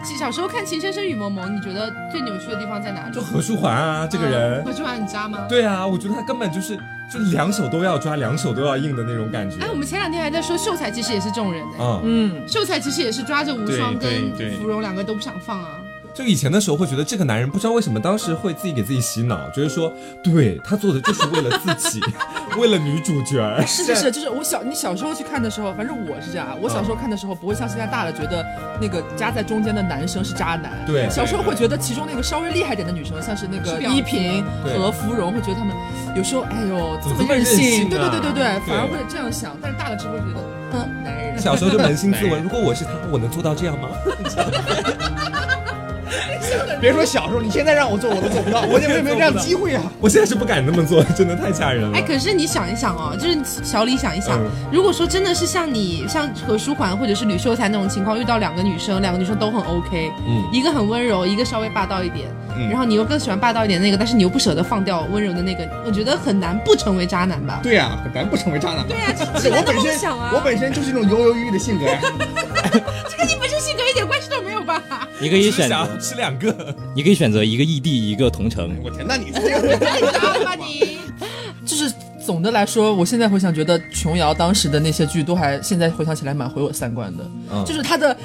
Speaker 1: 其小时候看《情深深雨蒙蒙》，你觉得最扭曲的地方在哪里？
Speaker 2: 就何书桓啊这个人
Speaker 1: 嗯，何志华，你知道吗？。
Speaker 2: 对啊，我觉得他根本就是就两手都要抓，两手都要硬的那种感觉
Speaker 1: 哎，，我们前两天还在说秀才其实也是这种人哎、
Speaker 2: 嗯。
Speaker 3: 嗯，
Speaker 1: 秀才其实也是抓着无双
Speaker 4: 对
Speaker 1: 跟
Speaker 4: 对对
Speaker 1: 芙蓉两个都不想放啊。
Speaker 2: 就以前的时候会觉得这个男人不知道为什么当时会自己给自己洗脑，觉得说对他做的就是为了自己， 为了女主角儿。
Speaker 3: 是是是，就是我小你小时候去看的时候，反正我是这样啊，我小
Speaker 1: 嗯
Speaker 3: 时候看的时候不会像现在大了觉得那个夹在中间的男生是渣男，
Speaker 2: 对
Speaker 3: 小时候会觉得其中那个稍微厉害点的女生，像是那个
Speaker 1: 是婊子
Speaker 3: 依萍
Speaker 2: 对
Speaker 3: 和芙蓉，会觉得他们有时候哎呦
Speaker 2: 怎么
Speaker 3: 么
Speaker 2: 这么任性
Speaker 3: 性，
Speaker 2: 啊
Speaker 3: 对对对对对
Speaker 2: 对，
Speaker 3: 反而会这样想，但是大了之后觉得，嗯，男人
Speaker 2: 小时候就扪心自 问，如果我是他，我能做到这样吗？
Speaker 4: 别说小时候，你现在让我做我都做不到，我也没有没有这样的机会啊。
Speaker 2: 我现在是不敢那么做， 真的太吓人了。
Speaker 1: 哎，可是你想一想哦，就是小李想一想，
Speaker 2: 嗯
Speaker 1: 如果说真的是像你像何书桓或者是吕秀才那种情况，遇到两个女生，两个女生都很 OK，
Speaker 2: 嗯
Speaker 1: 一个很温柔，一个稍微霸道一点，
Speaker 4: 嗯
Speaker 1: 然后你又更喜欢霸道一点那个，但是你又不舍得放掉温柔的那个，我觉得很难不成为渣男吧？
Speaker 4: 对呀，很难不成为渣男。
Speaker 1: 对呀、啊，
Speaker 4: 而
Speaker 1: 直
Speaker 4: 且我
Speaker 1: 男的
Speaker 4: 本
Speaker 1: 梦
Speaker 4: 身
Speaker 1: 想啊，
Speaker 4: 我本身就是这种犹犹豫豫的性格呀。
Speaker 1: 这跟你本身性格一点关系都没有 吧？
Speaker 5: 你可以
Speaker 2: 只
Speaker 5: 选
Speaker 2: 想
Speaker 5: 择，
Speaker 2: 吃两个，
Speaker 5: 你可以选择一个异地，一个同城。
Speaker 4: 我天，那你这个
Speaker 1: 渣吧 你？
Speaker 3: 就是总的来说，我现在回想觉得琼瑶当时的那些剧都还，现在回想起来蛮毁我三观的，
Speaker 2: 嗯
Speaker 3: 就是她的。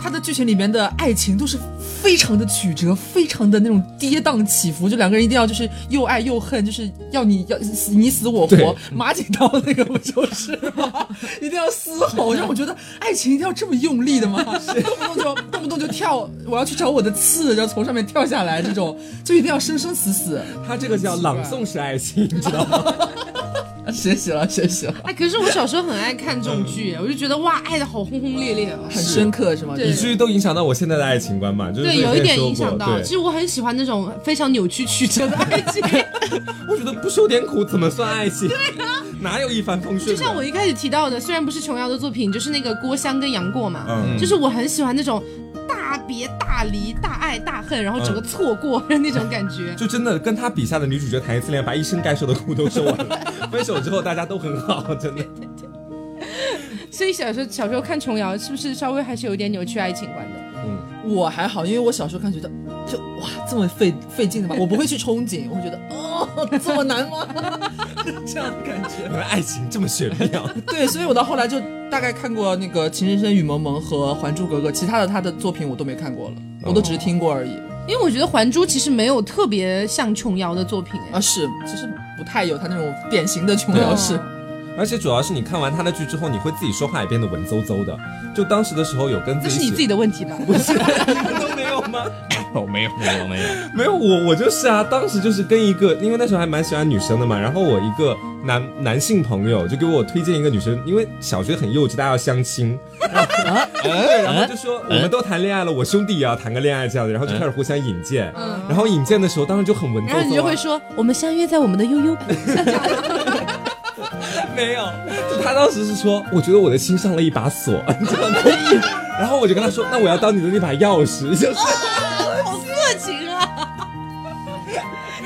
Speaker 3: 她的剧情里面的爱情都是非常的曲折，非常的那种跌宕起伏，就两个人一定要就是又爱又恨，就是要你要死你死我
Speaker 2: 对
Speaker 3: 活，马景涛那个不就是吗？ 一定要嘶吼，让我觉得爱情一定要这么用力的吗？ 动不动就动不动就跳，我要去找我的刺，然后从上面跳下来，这种就一定要生生死死。
Speaker 2: 他这个叫朗诵式爱情， 你知道吗？
Speaker 3: 啊学习了，学习了。
Speaker 1: 哎，可是我小时候很爱看这种剧，
Speaker 2: 嗯
Speaker 1: 我就觉得哇，爱的好轰轰烈烈哦。
Speaker 3: 很深刻是吗？
Speaker 1: 对
Speaker 2: 以至于都影响到我现在的爱情观嘛，就是
Speaker 1: 对，
Speaker 2: 之前
Speaker 1: 有一点
Speaker 2: 说过
Speaker 1: 影响到。
Speaker 2: 对
Speaker 1: 其实我很喜欢那种非常扭曲曲折的爱 情，
Speaker 2: 我觉得不受点苦怎么算爱情？ 哪有一帆风顺
Speaker 1: 啊就
Speaker 2: 的？
Speaker 1: 像我一开始提到的，虽然不是琼瑶的作品，就是那个郭襄跟杨过嘛，
Speaker 2: 嗯
Speaker 1: 就是我很喜欢那种大别大离、大爱大恨，然后整个错过那种感觉。
Speaker 2: 就真的跟他笔下的女主角谈一次恋爱，把一生该受的苦都受完 了。分手之后大家都很好，真的。
Speaker 1: 所以小时候小时候看琼瑶，是不是稍微还是有点扭曲爱情观的？
Speaker 3: 我还好，因为我小时候看觉得，就哇这么费费劲的吗？我不会去憧憬，我会觉得哦这么难吗？ 这样的感觉。
Speaker 2: 原来爱情这么玄妙。
Speaker 3: 对，所以我到后来就大概看过那个《情深深雨蒙蒙》和《还珠格格》，其他的他的作品我都没看过了，我都只是听过而已。
Speaker 1: 因为我觉得《还珠》其实没有特别像琼瑶的作品，
Speaker 3: 啊，
Speaker 1: 哎，
Speaker 3: 是，其实不太有他那种典型的琼
Speaker 1: 啊
Speaker 3: 瑶式。
Speaker 2: 而且主要是你看完他的剧之后，你会自己说话也变得文绉绉的。就当时的时候有跟
Speaker 1: 那
Speaker 2: 自己
Speaker 1: 是你
Speaker 2: 写
Speaker 1: 自己的问题吧？
Speaker 2: 不是，你们都没有 吗？
Speaker 5: 哦，没有没有没有，
Speaker 2: 没有，我我就是啊，当时就是跟一个，因为那时候还蛮喜欢女生的嘛，然后我一个男男性朋友就给我推荐一个女生，因为小学很幼稚，大家要相亲，
Speaker 5: 啊
Speaker 2: 然后对，然后就说我们都谈恋爱了，我兄弟也要谈个恋爱这样子，然后
Speaker 5: 啊
Speaker 2: 就开始互相引荐，
Speaker 1: 嗯
Speaker 2: 然后引荐的时候当时就很文绉绉啊、
Speaker 1: 然后你就会说，我们相约在我们的悠 悠谷。
Speaker 2: 没有，就他当时是说，我觉得我的心上了一把锁，你知 道吗？然后我就跟他说，那我要当你的那把钥匙，就是
Speaker 1: 好色情啊！你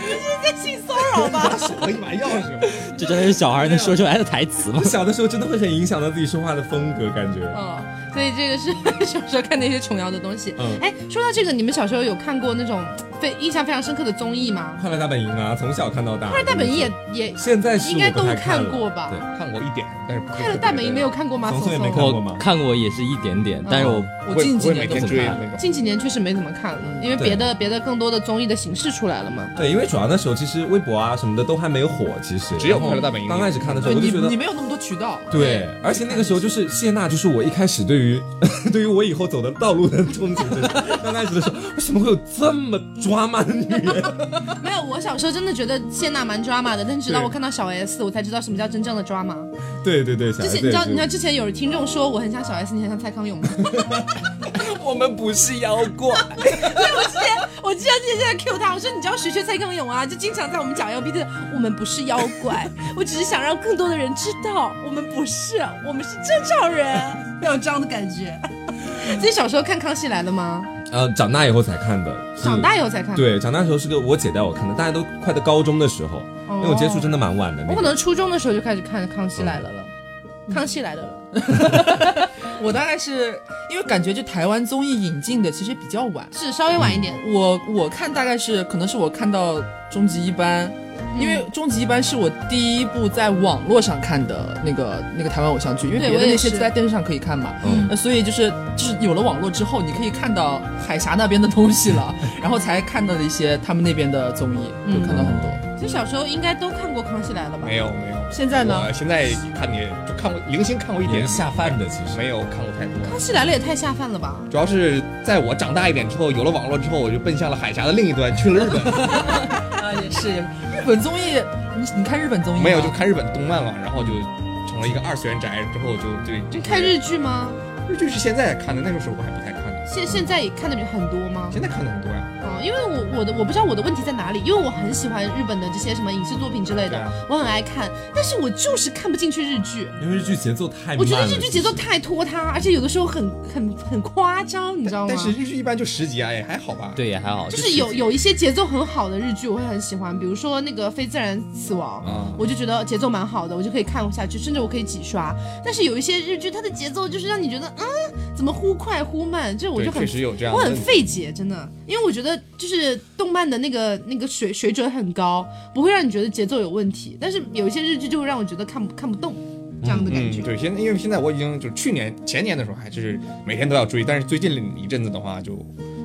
Speaker 1: 这是在性骚扰吧？
Speaker 4: 手了一把钥匙。
Speaker 5: 这真的是小孩能说出来的台词吗
Speaker 2: 我？ 小的时候真的会很影响到自己说话的风格，感觉。
Speaker 1: 哦，所以这个是小时候看那些琼瑶的东西。
Speaker 2: 嗯，
Speaker 1: 哎，说到这个，你们小时候有看过那种非印象非常深刻的综艺吗？
Speaker 2: 快乐大本营啊，从小看到大。
Speaker 1: 快乐大本营也也
Speaker 2: 现在是
Speaker 1: 应该
Speaker 2: 我不
Speaker 1: 都
Speaker 2: 太
Speaker 1: 看
Speaker 2: 了
Speaker 1: 过吧
Speaker 2: 对，
Speaker 4: 看过一点，但是不是
Speaker 1: 快乐大本营没有看过吗？
Speaker 2: 冯
Speaker 1: 松
Speaker 2: 松也没看过
Speaker 5: 我看过也是一点
Speaker 1: 嗯
Speaker 5: 点，但是我
Speaker 4: 特
Speaker 3: 我
Speaker 4: 别
Speaker 3: 近
Speaker 4: 不
Speaker 3: 几
Speaker 4: 会每
Speaker 3: 年都
Speaker 4: 天
Speaker 5: 怎么
Speaker 4: 追啊的
Speaker 5: 看
Speaker 4: 那种。
Speaker 1: 近几年确实没怎么看了，因为
Speaker 2: 嗯对
Speaker 1: 别的别的更多的综艺的形式出来了嘛。
Speaker 2: 对，因为主要那时候其实微博啊什么的都还没有火，其实
Speaker 4: 只有快乐大本营
Speaker 2: 刚开始看的时
Speaker 3: 对
Speaker 2: 候，我
Speaker 3: 你
Speaker 2: 就觉得
Speaker 3: 你没有那么多渠道，
Speaker 2: 对，而且那个时候就是谢娜，就是我一开始对于 对于我以后走的道路的憧憬，就是刚开始的时候，为什么会有这么抓马的女 人？
Speaker 1: 没有，我小时候真的觉得谢娜蛮 drama 的，但直到
Speaker 2: 对
Speaker 1: 我看到小 S，我才知道什么叫真正的 drama。
Speaker 2: 对对对，小
Speaker 1: 之前你知道，你知道之前有听众说我很像小 S，你很像蔡康 永吗？
Speaker 2: 我们不是妖怪，
Speaker 1: 我记得之前在 Q 他，我说你知道谁学蔡康永啊？就经常在我们讲 LP 的，我们不是妖 怪，我只是想让更多的人知道，我们不是，我们是正常 人，要有这样的感 觉。所以小时候看《康熙来了》吗？
Speaker 2: 呃，长大以后才看的，是
Speaker 1: 长大以后才看。，
Speaker 2: 对，长大的时候是个我姐带我看的，大家都快到高中的时候，
Speaker 1: 哦
Speaker 2: 因为我接触真的蛮晚的。那
Speaker 1: 我
Speaker 2: 个
Speaker 1: 可能初中的时候就开始看《康熙来了》了，
Speaker 4: 嗯
Speaker 1: 康熙来了》了，
Speaker 3: 我大概是因为感觉就台湾综艺引进的其实比较晚，
Speaker 1: 是稍微晚一点，
Speaker 3: 我我看大概是可能是我看到终极一班，因为终极一班是我第一部在网络上看的那个那个台湾偶像剧，因为
Speaker 1: 对
Speaker 3: 别
Speaker 1: 我
Speaker 3: 的
Speaker 1: 也
Speaker 3: 那些
Speaker 1: 是
Speaker 3: 在电视上可以看嘛，呃
Speaker 2: 嗯
Speaker 3: 那所以就是就是有了网络之后，你可以看到海峡那边的东西 了，然后才看到了一些他们那边的综艺，
Speaker 1: 嗯
Speaker 3: 就看到很多。
Speaker 1: 其实小时候应该都看过《康熙来了》吧？
Speaker 4: 没有没有，
Speaker 3: 现在呢
Speaker 4: 我现在看你就看过零星看过一
Speaker 2: 也
Speaker 4: 点
Speaker 2: 是，下饭的，其实
Speaker 4: 没有看过太多。
Speaker 1: 康熙来了也太下饭了吧！
Speaker 4: 主要是在我长大一点之后，有了网络之后，我就奔向了海峡的另一端，去了日本。
Speaker 3: 啊，也是 日本综艺，你你看日本综艺吗
Speaker 4: 没有，就看日本动漫了，然后就成了一个二次元宅。之后就对这
Speaker 1: 你
Speaker 4: 些
Speaker 1: 看日剧吗？
Speaker 4: 日剧是现在看的，那个时候我还不太看的，
Speaker 1: 现现在也看的比很多吗？
Speaker 4: 现在看的很多呀。
Speaker 1: 哦，因为我我的我不知道我的问题在哪里，因为我很喜欢日本的这些什么影视作品之类的，
Speaker 4: 对啊
Speaker 1: 我很爱看，但是我就是看不进去日剧，
Speaker 2: 因为日剧节奏太慢了，
Speaker 1: 我觉得日剧节奏
Speaker 2: 其实
Speaker 1: 太拖沓，而且有的时候很很很夸张，你知道吗
Speaker 4: 但？是日剧一般就十集啊，也还好吧。，
Speaker 5: 对也还好，
Speaker 1: 就是有有一些节奏很好的日剧，我会很喜欢，比如说那个《非自然死亡》
Speaker 4: 啊
Speaker 1: 我就觉得节奏蛮好的，我就可以看下去，甚至我可以几刷。但是有一些日剧，它的节奏就是让你觉得，嗯，怎么忽快忽慢？这我
Speaker 4: 对，
Speaker 1: 就很
Speaker 4: 确实有这样
Speaker 1: 我
Speaker 4: 的问
Speaker 1: 很
Speaker 4: 题。
Speaker 1: 费解，真的，因为我觉得就是动漫的那个那个水水准很高，不会让你觉得节奏有问题，但是有一些日剧就会让我觉得看不看不动这样的感觉。
Speaker 4: 嗯，对，现在因为现在我已经就是去年前年的时候还是每天都要追，但是最近一阵子的话就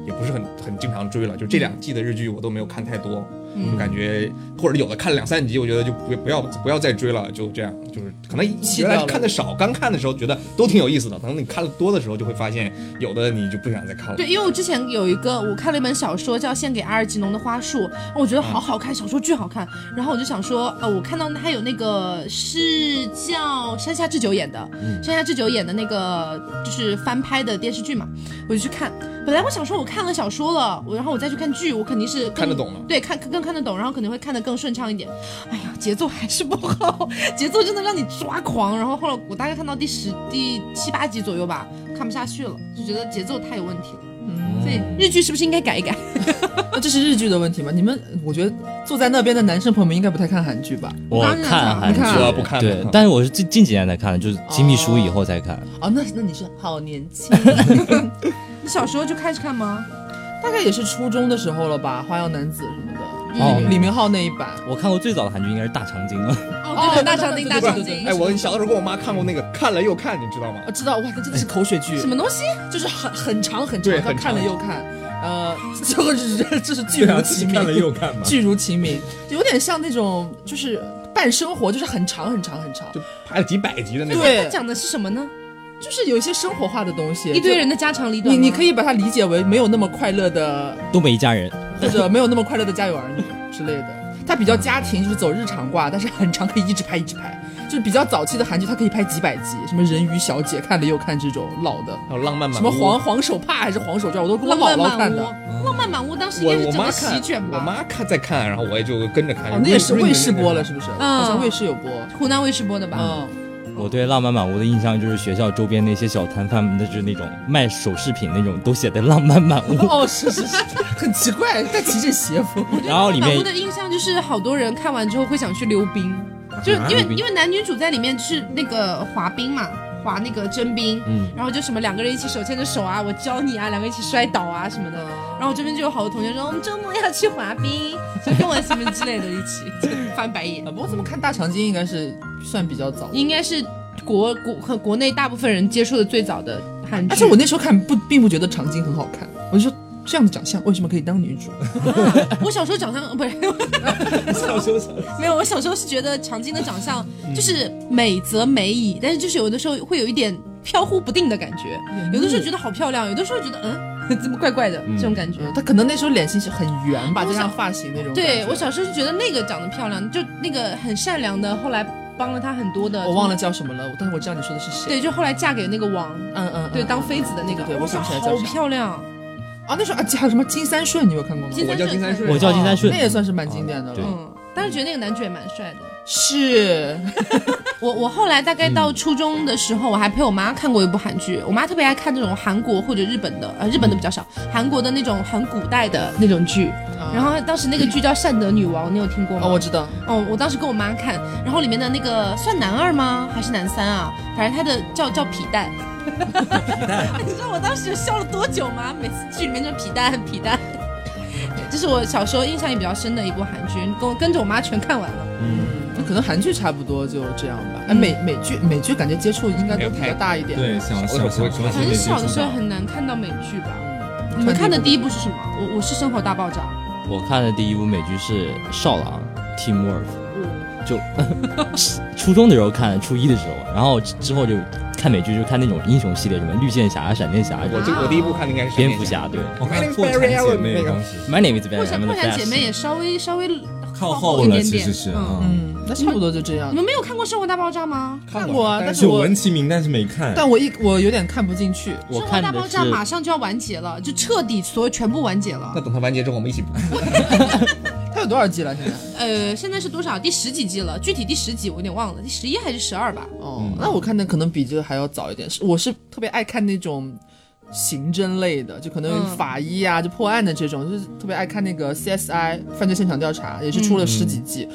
Speaker 4: 也不是很很经常追了，就这两季的日剧我都没有看太多，
Speaker 1: 嗯
Speaker 4: 就感觉或者有的看了两三集，我觉得就不不要不要再追了，就这样，就是可能
Speaker 3: 弃
Speaker 4: 原
Speaker 3: 掉
Speaker 4: 来
Speaker 3: 了
Speaker 4: 看的少，刚看的时候觉得都挺有意思的，等你看的多的时候就会发现有的你就不想再看了。
Speaker 1: 对，因为我之前有一个，我看了一本小说叫《献给阿尔吉农的花束》，我觉得好好看，小说巨好看。然后我就想说，呃，我看到它有那个是叫山下智久演的，山下智久演的那个就是翻拍的电视剧嘛，我就去看。本来我想说，我看了小说了，我然后我再去看剧，我肯定是更
Speaker 4: 看得懂了
Speaker 1: 对，看更看得懂，然后肯定会看得更顺畅一点。哎呀，节奏还是不好， 节奏真的让你抓狂。然后后来我大概看到第十、第七八集左右吧，看不下去了，就觉得节奏太有问题了。
Speaker 4: 嗯
Speaker 1: 所以日剧是不是应该改一改？
Speaker 3: 那这是日剧的问题吗？你们我觉得坐在那边的男生朋友们应该不太看韩剧吧？
Speaker 5: 我看韩剧，
Speaker 4: 我不看
Speaker 5: 对，但是我是近近几年才看的，就是亲密书以后才看。
Speaker 3: 哦，那那你是好年轻，
Speaker 1: 你小时候就开始看吗？
Speaker 3: 大概也是初中的时候了吧，《花样男子》什么的，嗯
Speaker 5: 哦
Speaker 3: 李明浩那一版。
Speaker 5: 我看过最早的韩剧应该是《大长今》了，
Speaker 1: 哦
Speaker 3: 对
Speaker 1: 大长今，大
Speaker 3: 对
Speaker 1: 长
Speaker 3: 对对
Speaker 1: 今
Speaker 4: 哎，，我小的时候跟我妈看过那个，看了又看，你知道吗？
Speaker 3: 哦我知道，哇，那真的是口水剧，
Speaker 1: 什么东西？
Speaker 3: 就是很很长很长
Speaker 4: 对，
Speaker 3: 他
Speaker 4: 很
Speaker 3: 看了
Speaker 4: 长
Speaker 3: 又看，呃， 这个是这是巨
Speaker 2: 对
Speaker 3: 如
Speaker 2: 啊，自
Speaker 3: 其
Speaker 2: 己
Speaker 3: 名，
Speaker 2: 看了 又看 嘛。
Speaker 3: 巨如其名，有点像那种就是半生活，就是很长很长很长，
Speaker 4: 就拍了几百集的那种。
Speaker 3: 对
Speaker 1: 它讲的是什么呢？
Speaker 3: 就是有一些生活化的东西，
Speaker 1: 一堆
Speaker 3: 就
Speaker 1: 人的家长里短
Speaker 3: 你
Speaker 1: 吗。
Speaker 3: 你可以把它理解为没有那么快乐的，
Speaker 5: 东北一家人。
Speaker 3: 或者没有那么快乐的家有儿女之类的。它比较家庭，就是走日常挂，但是很长，可以一直拍一直拍。就是比较早期的韩剧，它可以拍几百集，什么《人鱼小姐》看了又看这种老的，
Speaker 4: 还有浪漫满
Speaker 3: 什么
Speaker 4: 屋
Speaker 3: 黄黄手帕还是黄手绢，我都跟我
Speaker 1: 浪漫
Speaker 3: 姥姥
Speaker 1: 满
Speaker 3: 看
Speaker 1: 屋
Speaker 3: 的。，哦
Speaker 1: 浪漫满屋当时应
Speaker 4: 我
Speaker 1: 该是
Speaker 4: 我
Speaker 1: 整
Speaker 4: 妈
Speaker 1: 个
Speaker 4: 看
Speaker 1: 席卷
Speaker 4: 我
Speaker 1: 吧。
Speaker 4: 妈看在看，然后我也就跟着看。
Speaker 3: 哦，那也是
Speaker 4: 瑞
Speaker 3: 卫视播了，。
Speaker 4: 瑞
Speaker 3: 是不是？
Speaker 1: 嗯
Speaker 3: 好像卫视有播。
Speaker 1: 湖南卫视播的吧？
Speaker 3: 嗯，
Speaker 5: 我对浪漫满屋的印象就是学校周边那些小摊贩们，就是那种卖首饰品那种，都写的浪漫满 屋。
Speaker 3: 哦，是是是，很奇怪，但其实这邪风。
Speaker 5: 然后里
Speaker 1: 满屋
Speaker 5: 面
Speaker 1: 的印象就是好多人看完之后会想去溜冰，就因为因为男女主在里面是那个滑冰嘛，滑那个真冰，
Speaker 2: 嗯
Speaker 1: 然后就什么两个人一起手牵着手啊，我教你啊，两个一起摔倒啊什么的。然后我这边就有好多同学说我们周末要去滑冰，就跟我什么之类的一起就翻白眼
Speaker 3: 啊，。我怎么看大长今应该是算比较早的，
Speaker 1: 应该是国国和国内大部分人接触的最早的韩剧。
Speaker 3: 而且我那时候看不并不觉得长今很好看，我就说这样的长相为什么可以当女主？
Speaker 1: 啊我小时候长相呃不是
Speaker 2: 小时候小
Speaker 1: 没有，我小时候是觉得长今的长相
Speaker 3: 嗯
Speaker 1: 就是美则美矣，但是就是有的时候会有一点飘忽不定的感觉，有的时候觉得好漂亮，有的时候觉得嗯 怎么怪怪的这种感觉。
Speaker 3: 嗯，她可能那时候脸型是很圆吧，
Speaker 1: 我
Speaker 3: 加上
Speaker 1: 想
Speaker 3: 发型那种感觉。
Speaker 1: 对我小时候就觉得那个长得漂亮，就那个很善良的，后来帮了他很多的，
Speaker 3: 我忘了。叫什么了，但是我知道你说的是谁。
Speaker 1: 对，就后来嫁给那个王，
Speaker 3: 嗯，嗯嗯，
Speaker 1: 对，
Speaker 3: 嗯
Speaker 1: 当妃子的那个，
Speaker 3: 对对
Speaker 1: 我
Speaker 3: 我
Speaker 1: 想
Speaker 3: 想起来
Speaker 1: 好
Speaker 3: 叫啥
Speaker 1: 漂亮。
Speaker 3: 啊，那时候啊，还有什么金三顺，你有看过吗？哦
Speaker 1: 金
Speaker 4: 我叫金三顺
Speaker 5: 我叫金三顺
Speaker 3: 那，也算是蛮经典的
Speaker 5: 对
Speaker 3: 了。
Speaker 1: 嗯，当时觉得那个男主也蛮帅的。
Speaker 3: 是，
Speaker 1: 我我后来大概到初中的时候，我还陪我妈看过一部韩剧，我妈特别爱看这种韩国或者日本的，呃，日本的比较少，韩国的那种很古代的那种剧。然后当时那个剧叫《善德女王》，你有听过吗？
Speaker 3: 哦，我知道，
Speaker 1: 啊哦，我当时跟我妈看，然后里面的那个算男二吗？还是男三啊？反正他的叫叫皮蛋。 你知道我当时笑了多久吗？每次剧里面就是皮蛋皮蛋。对这是我小时候印象也比较深的一部韩剧，跟我跟着我妈全看完了。
Speaker 3: 那可能韩剧差不多就这样吧。哎，
Speaker 1: 嗯
Speaker 3: 美美剧美剧感觉接触应该都比较大一点。
Speaker 2: 对小小小时候
Speaker 1: 很小的时候很难看到美剧吧？你们看的第一部是什么？我我是《生活大爆炸
Speaker 5: 我看的第一部美剧是《少郎》（Teamwork），就
Speaker 1: 嗯
Speaker 5: 初中的时候看，初一的时候，然后之后就看美剧，就看那种英雄系列，什么绿箭侠、闪电侠、
Speaker 1: 嗯
Speaker 4: 我这我第一部看的应该是闪
Speaker 5: 蝙
Speaker 4: 电
Speaker 5: 蝠侠，对。
Speaker 2: 我看破产姐妹当时
Speaker 5: My name is Ben。
Speaker 1: 破产破产姐妹也稍微稍微
Speaker 2: 靠
Speaker 1: 后
Speaker 2: 后
Speaker 1: 一
Speaker 2: 了，
Speaker 1: 点
Speaker 2: 其
Speaker 1: 点，
Speaker 2: 实是
Speaker 1: 嗯，
Speaker 2: 嗯，
Speaker 3: 嗯，那差不多就这样
Speaker 1: 你。们没有看过《生活大爆炸》吗？
Speaker 4: 看
Speaker 3: 看过啊
Speaker 4: 但
Speaker 3: 但
Speaker 4: 是
Speaker 3: 是
Speaker 2: 有
Speaker 3: 我
Speaker 2: 闻其名，但是没看。
Speaker 3: 但我一我有点看不进去，
Speaker 5: 我
Speaker 1: 生活
Speaker 5: 看
Speaker 1: 大
Speaker 5: 的
Speaker 1: 爆
Speaker 5: 是
Speaker 1: 炸》马上就要完结了，就彻底所有全部完结了
Speaker 4: 那。等它完结之后我们一起
Speaker 3: 它有多少季了？现在？
Speaker 1: 呃，现在是多少？第十几季了，具体第十几我有点忘了，第十一还是十二吧？
Speaker 3: 哦，那我看的可能比这个还要早一点。是，我是特别爱看那种刑侦类的，就可能
Speaker 1: 嗯
Speaker 3: 法医啊，就破案的这种，就是特别爱看那个 CSI 犯罪现场调查，也是出了十几季，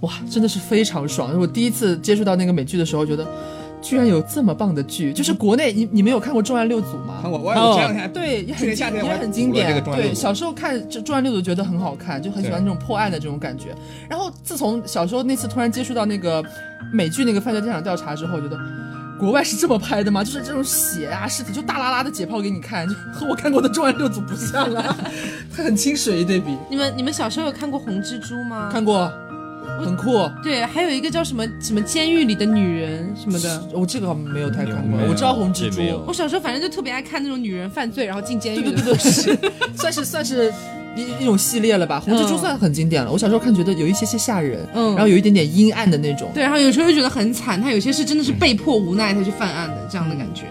Speaker 3: 哇，真的是非常爽。我第一次接触到那个美剧的时候，觉得居然有这么棒的剧，就是国内你你们有看过《重案六组》吗？
Speaker 4: 看我我
Speaker 5: 看过
Speaker 4: 我前两天还
Speaker 3: 哦对，也
Speaker 4: 去
Speaker 3: 很
Speaker 4: 年夏天
Speaker 3: 经也
Speaker 4: 我还
Speaker 3: 很经
Speaker 4: 补了这
Speaker 3: 典
Speaker 4: 个。重案
Speaker 3: 对，
Speaker 4: 六组
Speaker 3: 小时候看这《重案六组》觉得很好看，就很喜欢
Speaker 4: 对
Speaker 3: 这种破案的这种感觉。然后自从小时候那次突然接触到那个美剧那个犯罪现场调查之后，我觉得。国外是这么拍的吗？就是这种血啊、尸体就大拉拉的解剖给你看，就和我看过的《重案六组》不像啊， 它很清水一对比。
Speaker 1: 你们你们小时候有看过《红蜘蛛》吗？
Speaker 3: 看过，很酷。
Speaker 1: 对，还有一个叫什么什么监狱里的女人什么的。
Speaker 3: 我这个好像没有太看过
Speaker 5: 没，有
Speaker 3: 我知道红蜘
Speaker 5: 这没
Speaker 3: 蛛
Speaker 5: 有，
Speaker 1: 我小时候反正就特别爱看那种女人犯罪，然后进监狱
Speaker 3: 对
Speaker 1: 的。
Speaker 3: 对对对，是 算是算是一一种系列了吧。红蜘蛛
Speaker 1: 嗯
Speaker 3: 算很经典了，我小时候看觉得有一些些吓人，
Speaker 1: 嗯
Speaker 3: 然后有一点点阴暗的那种。
Speaker 1: 对，然后有时候又觉得很惨，他有些是真的是被迫无奈才去犯案的这样的感觉。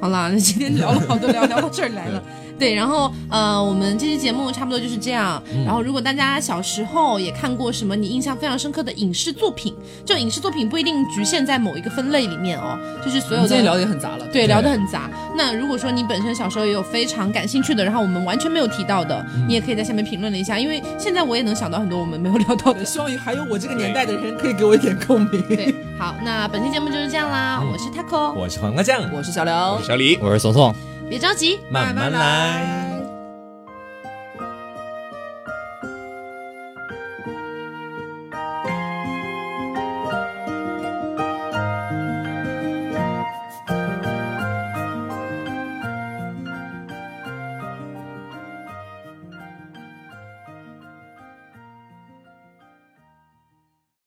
Speaker 1: 好啦，那今天聊了好多，聊聊到这儿来了。 对，嗯然后呃，我们这期节目差不多就是这样。然后，如果大家小时候也看过什么你印象非常深刻的影视作品，这影视作品不一定局限在某一个分类里面哦，就是所
Speaker 3: 我
Speaker 1: 有
Speaker 3: 们今天
Speaker 1: 的
Speaker 3: 聊的也很杂了，
Speaker 1: 对，聊得很杂。那如果说你本身小时候也有非常感兴趣的，然后我们完全没有提到的，你也可以在下面评论了一下，因为现在我也能想到很多我们没有聊到的
Speaker 3: 对，。希望还有我这个年代的人可以给我一点共鸣。
Speaker 1: 对，好，那本期节目就是这样啦，
Speaker 2: 嗯
Speaker 1: 我是 Taco，
Speaker 2: 我是黄瓜酱，
Speaker 3: 我是小梁，
Speaker 4: 小李。
Speaker 5: 我是怂怂。
Speaker 1: 别着急，
Speaker 2: 慢慢来。